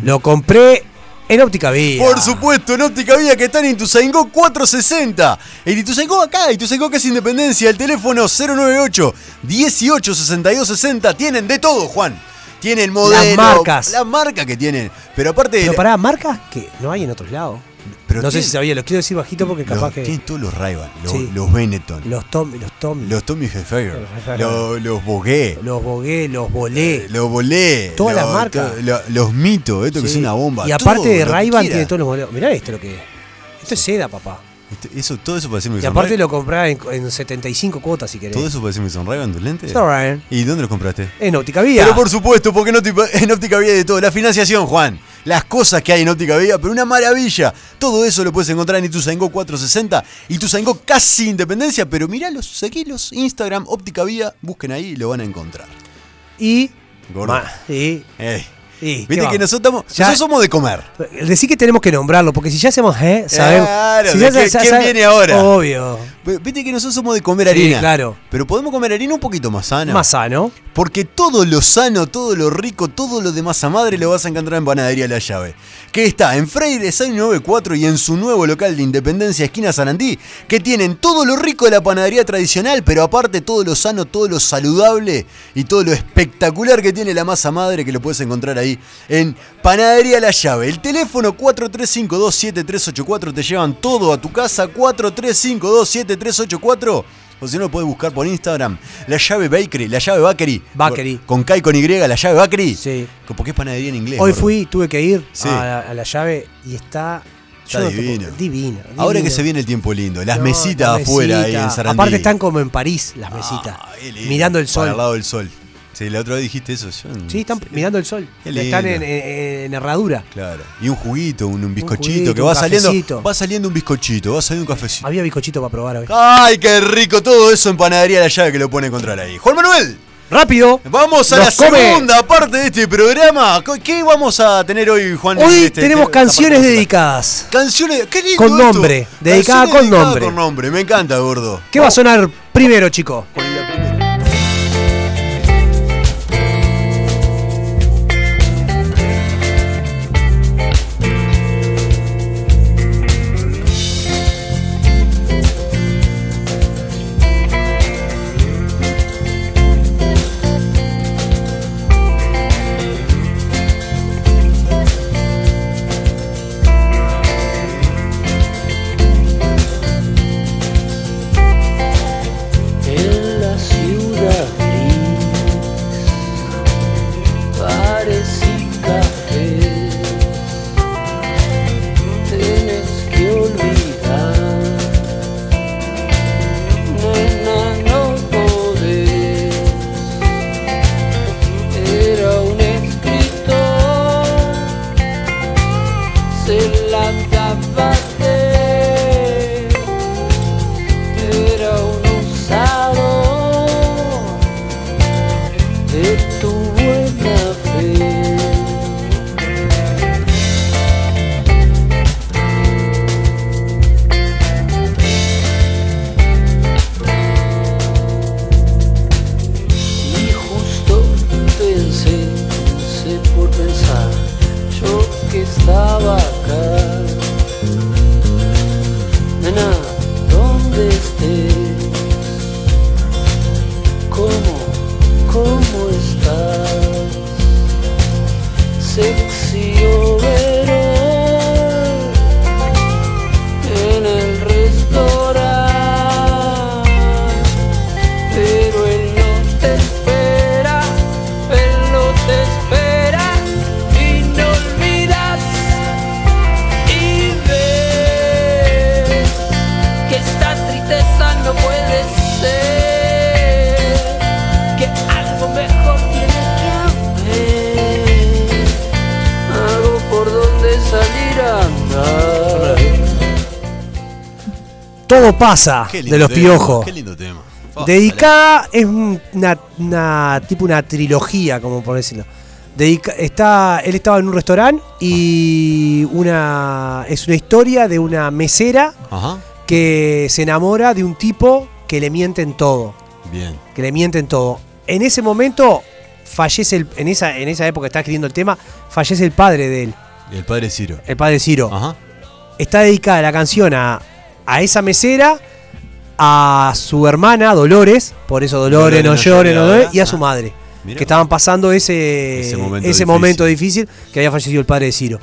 B: Lo compré en óptica vía.
C: Por supuesto, en Óptica Vía que está en Ituzaingó 460. En Ituzaingó acá, Ituzaingó que es Independencia, el teléfono 098 18 62 60. Tienen de todo, Juan. Tienen modelo,
B: marcas.
C: la marca que tienen. Pero aparte,
B: Pero pará, marcas que no hay en otros lados.
C: Pero
B: no sé
C: tiene-
B: si sabía, lo quiero decir bajito porque capaz
C: los,
B: que.
C: tienen todos los Ray-Ban, los,
B: Sí.
C: los Benetton, los,
B: Los Tommy, los Tommy, los,
C: Tommy Hilfiger,
B: Hilfiger.
C: los, los Bogué,
B: Bogué, los Bolé.
C: los Bolé,
B: Todas
C: los-
B: las marcas.
C: to- lo- los Mitos, esto que es
B: Sí.
C: una bomba.
B: Y aparte
C: todo,
B: de
C: lo que
B: Ray-Ban
C: quiera.
B: tiene todos los modelos. Mirá esto lo que es. Esto es seda, papá.
C: Esto- Este, Eso, todo eso para decirme que
B: Y
C: son
B: aparte
C: Ray-
B: lo comprás en, en 75 cuotas si querés.
C: Pues Todo eso para decirme que son Ray-Ban tus lentes.
B: Está bien.
C: ¿Y dónde los compraste?
B: En óptica vía.
C: Pero por supuesto, porque en óptica, en óptica vía hay de todo. La financiación, Juan. Las cosas que hay en óptica vía, pero una maravilla. Todo eso lo puedes encontrar en Ituzaingó 460. Ituzaingó casi independencia, pero miralos, seguilos. Instagram, óptica vía, busquen ahí y lo van a encontrar.
B: Y.
C: Gordo.
B: Ma- y.
C: Eh.
B: y ¿qué
C: Viste
B: vamos?
C: que nosotros, estamos-
B: Ya-
C: nosotros somos de comer.
B: Decí que tenemos que nombrarlo, porque si ya hacemos, ¿eh? Sabemos.
C: Claro,
B: si ya
C: ¿de qué-
B: sa-
C: quién
B: sabe-
C: viene ahora?
B: Obvio.
C: Viste que nosotros somos de comer
B: Sí,
C: harina.
B: claro.
C: Pero podemos comer harina un poquito más sana.
B: Más sano.
C: Porque todo lo sano, todo lo rico, todo lo de masa madre lo vas a encontrar en Panadería La Llave. Que está en Freire 694 y en su nuevo local de Independencia, esquina Sarandí. Que tienen todo lo rico de la panadería tradicional, pero aparte todo lo sano, todo lo saludable y todo lo espectacular que tiene la masa madre que lo puedes encontrar ahí en Panadería La Llave. El teléfono 43527384 te llevan todo a tu casa. 43527384. O si no, lo podés buscar por Instagram. La llave Bakery, la llave Bakery.
B: Bakery.
C: Con K y con Y, la llave Bakery.
B: Sí.
C: Porque es panadería en inglés.
B: Hoy
C: gordo.
B: fui, tuve que ir
C: Sí.
B: a, la, a la llave y está.
C: Está
B: yo no te puedo-
C: divino.
B: divina.
C: Ahora
B: divina.
C: que se viene el tiempo lindo. Las
B: No,
C: mesitas
B: las
C: afuera ahí en
B: mesitas.
C: Sarandí.
B: Aparte están como en París las mesitas,
C: Ah, qué lindo.
B: mirando el
C: Para
B: sol.
C: Al lado del sol. Sí, la otra vez dijiste eso. yo no
B: Sí, están
C: sé.
B: mirando el sol.
C: Qué
B: Están en,
C: lindo.
B: en- en herradura.
C: Claro. Y un juguito, un, un bizcochito
B: juguito,
C: que
B: un
C: va saliendo.
B: cafecito.
C: Va saliendo un bizcochito, va saliendo un cafecito.
B: Había bizcochito para probar hoy.
C: Ay, qué rico todo eso en panadería la llave que lo pueden encontrar ahí. Juan Manuel.
B: ¡Rápido!
C: Vamos a la
B: Nos come.
C: segunda parte de este programa. Co- ¿Qué vamos a tener hoy, Juan?
B: Hoy
C: Este, esta
B: tenemos
C: parte
B: canciones
C: musical.
B: dedicadas.
C: Canciones, qué lindo
B: Con
C: esto.
B: nombre, dedicada
C: Canciones
B: con
C: dedicadas
B: nombre.
C: Con nombre, me encanta, gordo.
B: ¿Qué va a sonar primero, chico?
E: El usted? ¿Cómo, cómo estás? Sexy yo en el restaurante, pero él no te espera, él no te espera y no olvidas y ves que esta tristeza no puede ser, que algo mejor tiene que haber, algo por donde salir a andar.
B: Todo pasa
C: Qué lindo
B: de los
C: tema,
B: piojos.
C: Qué lindo tema. Fa,
B: Dedicada es un- una, una- tipo una trilogía, como por decirlo. Dedica- está, él estaba en un restaurante y una es una historia de una mesera
C: dale. Ajá.
B: que se enamora de un tipo que le miente en todo,
C: Bien.
B: que le miente en todo. En ese momento fallece el, en esa en esa época está escribiendo el tema, fallece el padre de él,
C: El padre Ciro.
B: el padre Ciro.
C: Ajá.
B: Está dedicada la canción a, a esa mesera, a su hermana Dolores, por eso Dolores,
C: Dolores
B: no
C: no
B: llore, no
C: llora,
B: llore, y a
C: ah.
B: su madre,
C: Mirá.
B: que estaban pasando ese, ese,
C: Ese
B: momento,
C: momento
B: difícil.
C: difícil.
B: que había fallecido el padre de Ciro.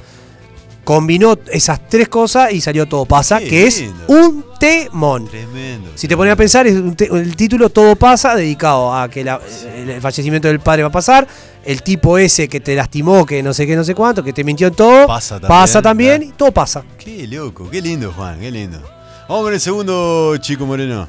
B: Combinó esas tres cosas y salió Todo pasa,
C: Qué
B: que es
C: lindo.
B: un temón.
C: Tremendo.
B: Si te pones a pensar, es un te- el título Todo pasa, dedicado a que la- el, el fallecimiento del padre va a pasar, el tipo ese que te lastimó, que no sé qué, no sé cuánto, que te mintió en todo,
C: Pasa también,
B: también,
C: ¿verdad?
B: y todo pasa.
C: Qué loco, qué lindo, Juan, qué lindo. Vamos con el segundo, Chico Moreno.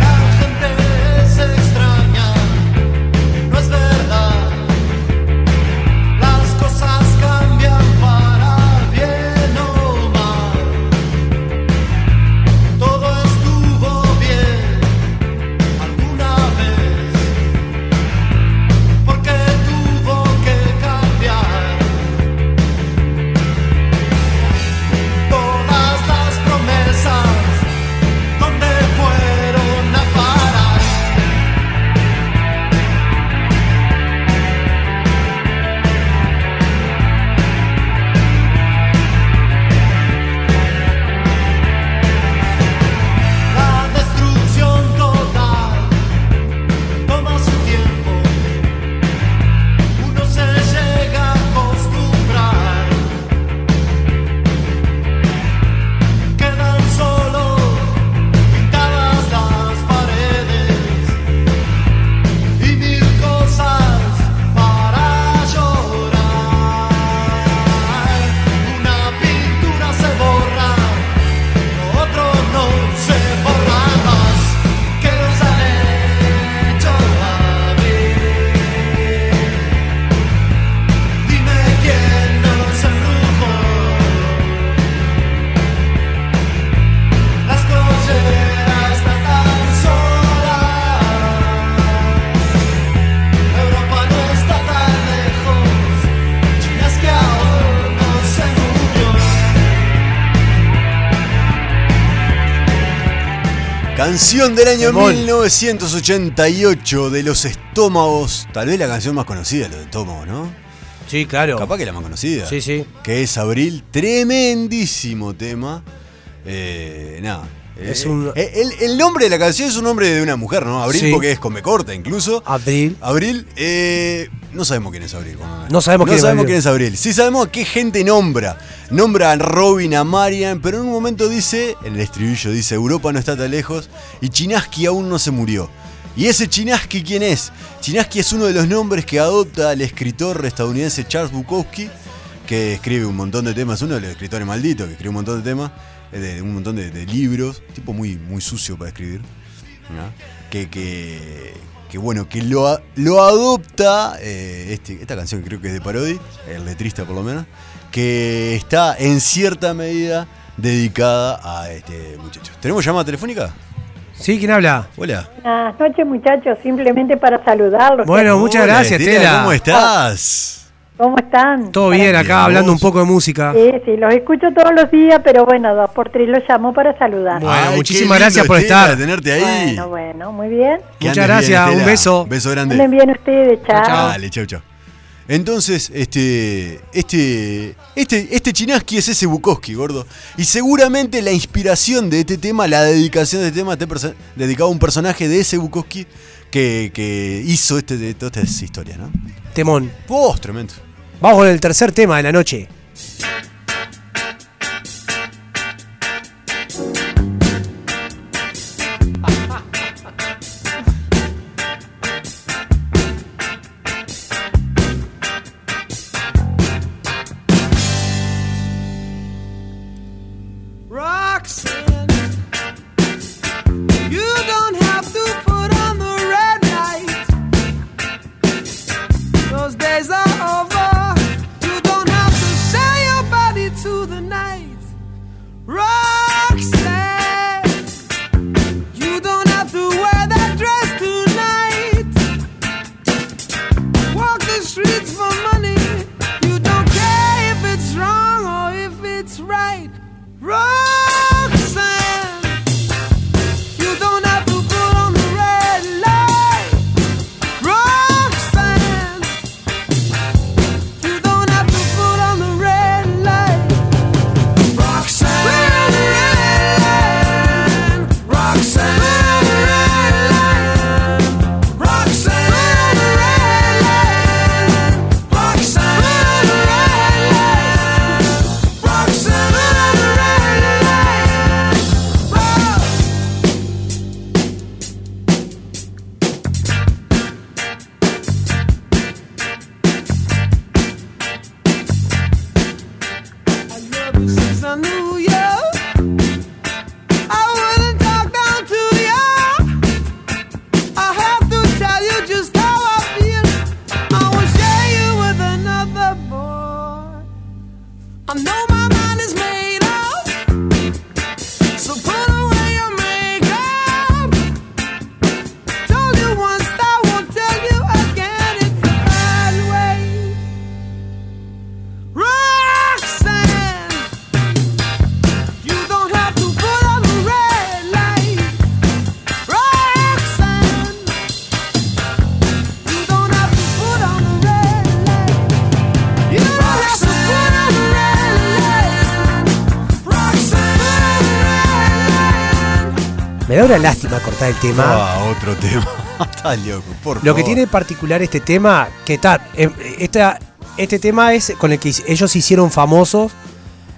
A: La gente se extraña, no es verdad. Las cosas cambian para bien o mal. Todo estuvo bien alguna vez, porque tuvo que cambiar. Todas las promesas. ¿Dónde fueron a parar? La destrucción total toma su tiempo. Uno se llega a acostumbrar. Quedan solo pintadas las paredes y mil cosas para llorar. Una pintura se borra, lo otro no se borra más. ¿Qué os han hecho a mí? Dime quién nos embrujó. Las colleras están tan solas Europa no está tan lejos China es que aún no se murió
C: Canción del año
B: Temón.
C: 1988 de Los Estómagos. Tal vez la canción más conocida de los estómagos, ¿no?
B: Sí, claro.
C: Capaz que la más conocida.
B: Sí, sí.
C: Que es Abril. Tremendísimo tema. Eh, nada.
B: Es
C: Eh,
B: un-
C: eh, el, el nombre de la canción es un nombre de una mujer, ¿no? Abril,
B: Sí.
C: porque es con B corta incluso.
B: Abril.
C: Abril, eh, no sabemos quién es Abril. Juan Manuel.
B: No sabemos quién es Abril.
C: quién es Abril. Sí sabemos a qué gente nombra. Nombra a Robin, a Marian, pero en un momento dice, en el estribillo dice, Europa no está tan lejos y Chinaski aún no se murió. ¿Y ese Chinaski quién es? Chinaski es uno de los nombres que adopta el escritor estadounidense Charles Bukowski, que escribe un montón de temas, uno de los escritores malditos, que escribe un montón de temas, eh, de, un montón de, de libros, tipo muy, muy sucio para escribir. ¿no? que, que, que, bueno, que lo, a- lo adopta, eh, este- esta canción que creo que es de Parodi, el letrista por lo menos, que está en cierta medida dedicada a este muchacho. ¿Tenemos llamada telefónica?
B: Sí, ¿quién habla?
C: Hola.
F: Buenas noches, muchachos. Simplemente para saludarlos.
B: Bueno, muchas
C: Hola,
B: gracias, Estela.
C: ¿Cómo estás?
F: ¿Cómo están?
B: Todo bien,
C: Bien,
B: acá hablando
C: vos.
B: un poco de música.
F: Sí, sí, los escucho todos los días, pero bueno, dos por tres los llamo para saludar.
B: Bueno,
C: Ay, qué
B: muchísimas
C: lindo,
B: gracias por
C: Estela,
B: estar.
C: tenerte ahí.
F: Bueno, bueno, muy bien.
C: Que
B: Muchas
C: andes
B: gracias, un
C: Estela.
B: beso.
C: Beso grande.
F: Anden bien ustedes, chao.
C: Dale, chau, chau. Entonces, este, este, este, este Chinaski es ese Bukowski, gordo. Y seguramente la inspiración de este tema, la dedicación de este tema, te perso- dedicado a un personaje de ese Bukowski que, que hizo este, de, todas estas historias, ¿no?
B: Temón.
C: ¡Vos, tremendo!
B: Vamos con el tercer tema de la noche.
E: Roxanne, you don't have to put on the red light. Those days are over. You don't have to sell your body to the night. Roxanne, you don't have to wear that dress tonight. Walk the streets for money. You don't care if it's wrong or if it's right. Roxanne, you don't have to put on the red light. Roxanne, you don't have to put on the red light. Roxanne, Roxanne, Roxanne, Roxanne. Another boy. I know my mind is made up. So put away your makeup. Told you once, I won't tell you again. It's a bad way. Roxanne, you don't have to put on the red light. Roxanne, you don't have to put on the red light. You don't have to put on the red light. Roxanne.
B: Me da una lástima cortar el tema.
C: Ah, otro tema. Estás loco, por
B: Lo que
C: favor.
B: tiene particular este tema, que tal, esta, este tema es con el que ellos se hicieron famosos.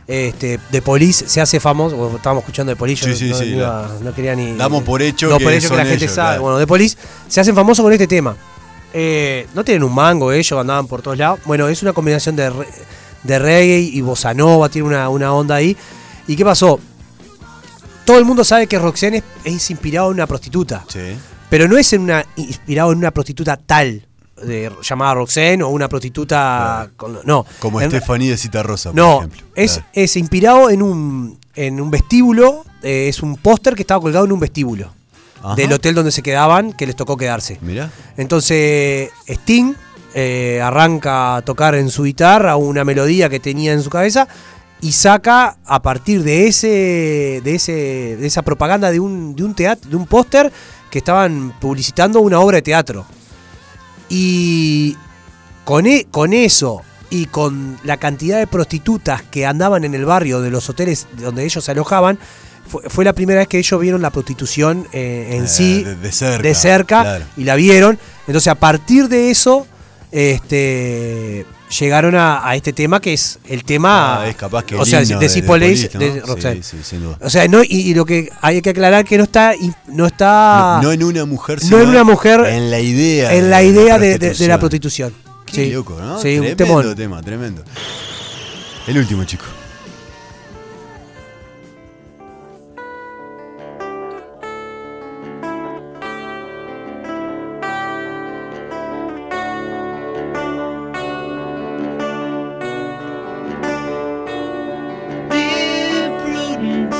B: Este, de Police se hace famoso, bueno, estábamos escuchando de Police, yo
C: Sí, sí,
B: no,
C: sí,
B: no-
C: la-
B: no quería ni...
C: Damos por hecho
B: no,
C: que
B: por hecho que
C: son
B: la gente
C: ellos,
B: sabe.
C: claro.
B: Bueno, de Police se hacen famosos con este tema. Eh, no tienen un mango ellos, andaban por todos lados. Bueno, es una combinación de, re- de reggae y bossa nova, tiene una, una onda ahí. ¿Y qué pasó? Todo el mundo sabe que Roxanne es, es inspirado en una prostituta.
C: Sí.
B: Pero no es en una, inspirado en una prostituta tal, de- llamada Roxanne, o una prostituta. con- no.
C: Como
B: En-
C: Stephanie de Cita Rosa, por
B: No,
C: ejemplo.
B: es,
C: Claro.
B: es inspirado en un, en un vestíbulo, eh, es un póster que estaba colgado en un vestíbulo
C: Ajá.
B: del hotel donde se quedaban, que les tocó quedarse.
C: Mirá.
B: Entonces, Sting eh, arranca a tocar en su guitarra una melodía que tenía en su cabeza y saca a partir de ese de ese de esa propaganda de un de un teatro, de un póster que estaban publicitando una obra de teatro. Y con, e- con eso y con la cantidad de prostitutas que andaban en el barrio de los hoteles donde ellos se alojaban, fue, fue la primera vez que ellos vieron la prostitución eh, en
C: Eh,
B: sí
C: de- de cerca,
B: de cerca,
C: claro.
B: y la vieron. Entonces, a partir de eso, este, llegaron a, a este tema que es el tema.
C: Ah, es capaz que
B: O
C: el
B: sea,
C: himno
B: de
C: de- de
B: Cipoleis,
C: Police, ¿no?
B: de
C: Sí,
B: Roxanne.
C: sí, sin duda.
B: O sea, no, y, y lo que hay que aclarar que no está. in- No está
C: No, no en una mujer,
B: Ah, no en una mujer,
C: En la idea.
B: en la idea de, de- de la
C: prostitución.
B: prostitución.
C: Qué
B: Sí.
C: loco, ¿no?
B: Sí,
C: tremendo
B: un temón.
C: tema, tremendo. El último, chico.
E: Dear Prudence,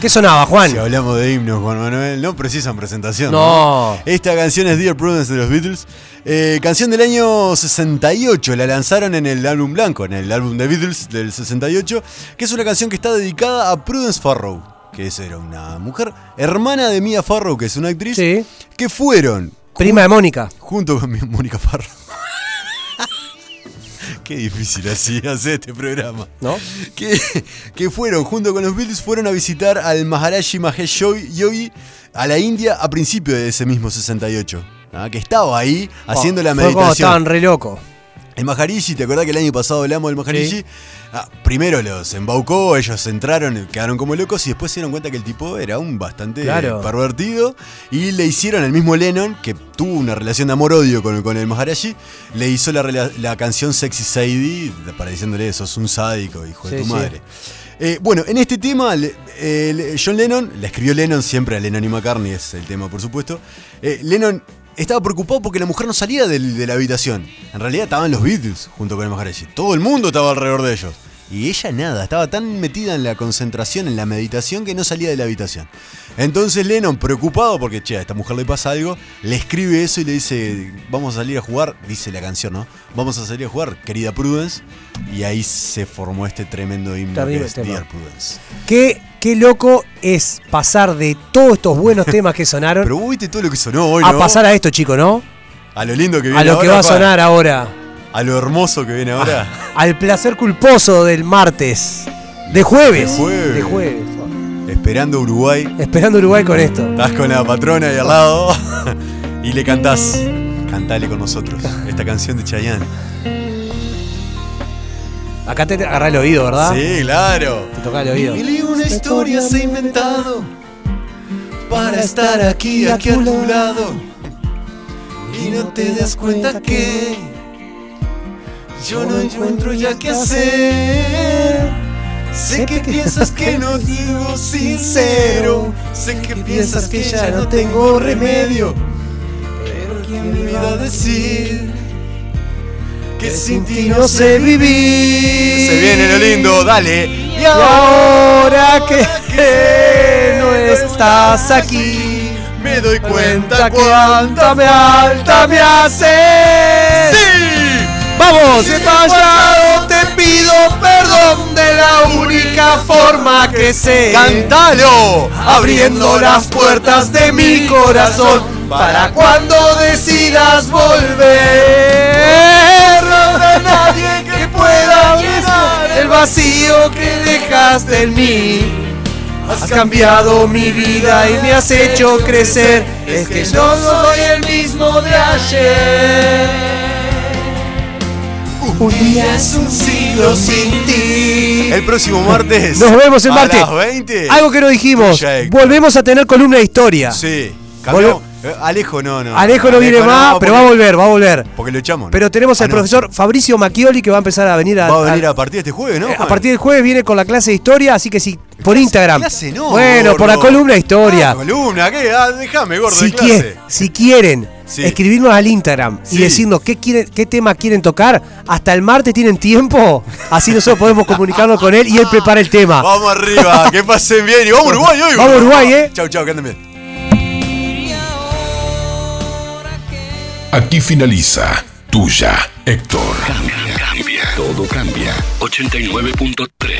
B: ¿Qué sonaba, Juan?
C: Si hablamos de himnos, Juan Manuel, no precisan presentación.
B: No.
C: Esta canción es Dear Prudence de los Beatles. Eh, canción del año 68. La lanzaron en el álbum blanco, en el álbum de Beatles del 68. Que es una canción que está dedicada a Prudence Farrow. Que esa era una mujer. Hermana de Mia Farrow, que es una actriz.
B: Sí.
C: Que fueron
B: Prima de Mónica.
C: junto con mi Mónica Farro. Qué difícil así hacer este programa.
B: ¿No?
C: Que, que fueron, junto con los Beatles, fueron a visitar al Maharaji Mahesh Yogi- Yogi a la India a principios de ese mismo 68. ah, Que estaba ahí haciendo la
B: Ah, Oh, Fue cuando
C: meditación.
B: estaban re loco.
C: El Maharishi, ¿te acordás que el año pasado hablamos del Maharishi? Ah, primero los embaucó, ellos entraron, quedaron como locos y después se dieron cuenta que el tipo era un bastante
B: Claro.
C: pervertido y le hicieron el mismo Lennon, que tuvo una relación de amor-odio con, con el Maharaji, le hizo la, rela- la canción Sexy Sadie para diciéndole, sos un sádico, hijo de
B: Sí,
C: tu
B: sí.
C: madre. Eh, bueno, en este tema, le- eh, le- John Lennon, la escribió Lennon siempre a Lennon y McCartney, es el tema, por supuesto. Eh, Lennon estaba preocupado porque la mujer no salía del- de la habitación. En realidad estaban los Beatles junto con el Maharaji. Todo el mundo estaba alrededor de ellos. Y ella nada, estaba tan metida en la concentración, en la meditación, que no salía de la habitación. Entonces Lennon, preocupado porque, che, a esta mujer le pasa algo, le escribe eso y le dice, vamos a salir a jugar, dice la canción, ¿no? Vamos a salir a jugar, querida Prudence. Y ahí se formó este tremendo himno
B: Terrible
C: que es
B: tema.
C: Dear Prudence.
B: Qué, qué loco es pasar de todos estos buenos temas que sonaron
C: Pero vos viste todo lo que sonó hoy,
B: a
C: ¿no?
B: pasar a esto, chico, ¿no?
C: A lo lindo que viene
B: A lo que
C: ahora,
B: va a
C: pa,
B: sonar ahora.
C: A lo hermoso que viene ahora.
B: Al placer culposo del martes. De jueves.
C: De jueves.
B: De jueves.
C: Esperando Uruguay.
B: Esperando Uruguay con esto.
C: Estás con la patrona ahí al lado y le cantás. Cantale con nosotros esta canción de Chayanne.
B: Acá te agarra el oído, ¿verdad?
C: Sí, claro.
B: Te toca el oído.
C: Mil y una historia se ha inventado para estar aquí, aquí a tu lado. Y no te das cuenta que yo no encuentro ya qué hacer. Sé que piensas que no digo sincero. Sé que piensas que ya no tengo remedio. Pero quién me va a decir que sin ti no sé vivir. Se viene lo lindo, dale. Y
B: Y ahora que, que Eh, no estás aquí,
C: me doy
B: cuenta cuánta me alta me haces.
C: ¡Sí!
B: Vamos, he fallado, te pido perdón de la única forma que sé.
C: ¡Cántalo!
B: abriendo las puertas de mi corazón para cuando decidas volver. No habrá nadie que pueda llenar el vacío que dejaste en mí. Has cambiado mi vida y me has hecho crecer. Es que yo soy el mismo de ayer. Un día es un siglo sin ti.
C: El próximo martes.
B: Nos vemos el
C: a
B: martes.
C: las 20.
B: Algo que no dijimos.
C: Proyecto.
B: Volvemos a tener columna de historia.
C: Sí. cambiamos. Eh, Alejo no, no.
B: Alejo no viene más, pero va a
C: porque-
B: volver, va a volver.
C: Porque lo echamos. ¿no?
B: Pero tenemos
C: Ah,
B: al
C: no.
B: profesor Fabricio Macchioli que va a empezar a venir a,
C: Va a venir
B: a-
C: a partir de este jueves, ¿no?
B: eh, a
C: Juan?
B: partir del jueves viene con la clase de historia, así que si por Instagram.
C: Clase no,
B: bueno, por la
C: gordo.
B: columna de historia.
C: Ah, columna, ¿qué? Ah, déjame, gordo,
B: si,
C: de clase.
B: quie- si quieren
C: Sí.
B: escribirnos al Instagram
C: Sí.
B: y decirnos qué, quieren, qué tema quieren tocar, hasta el martes tienen tiempo, así nosotros podemos comunicarnos con él y él prepara el tema.
C: Vamos arriba, que pasen bien. Y vamos a Uruguay hoy.
B: Vamos a Uruguay, ¿eh?
C: Chau, chau, que anden bien.
G: Aquí finaliza Tuya, Héctor.
H: Todo cambia. 89.3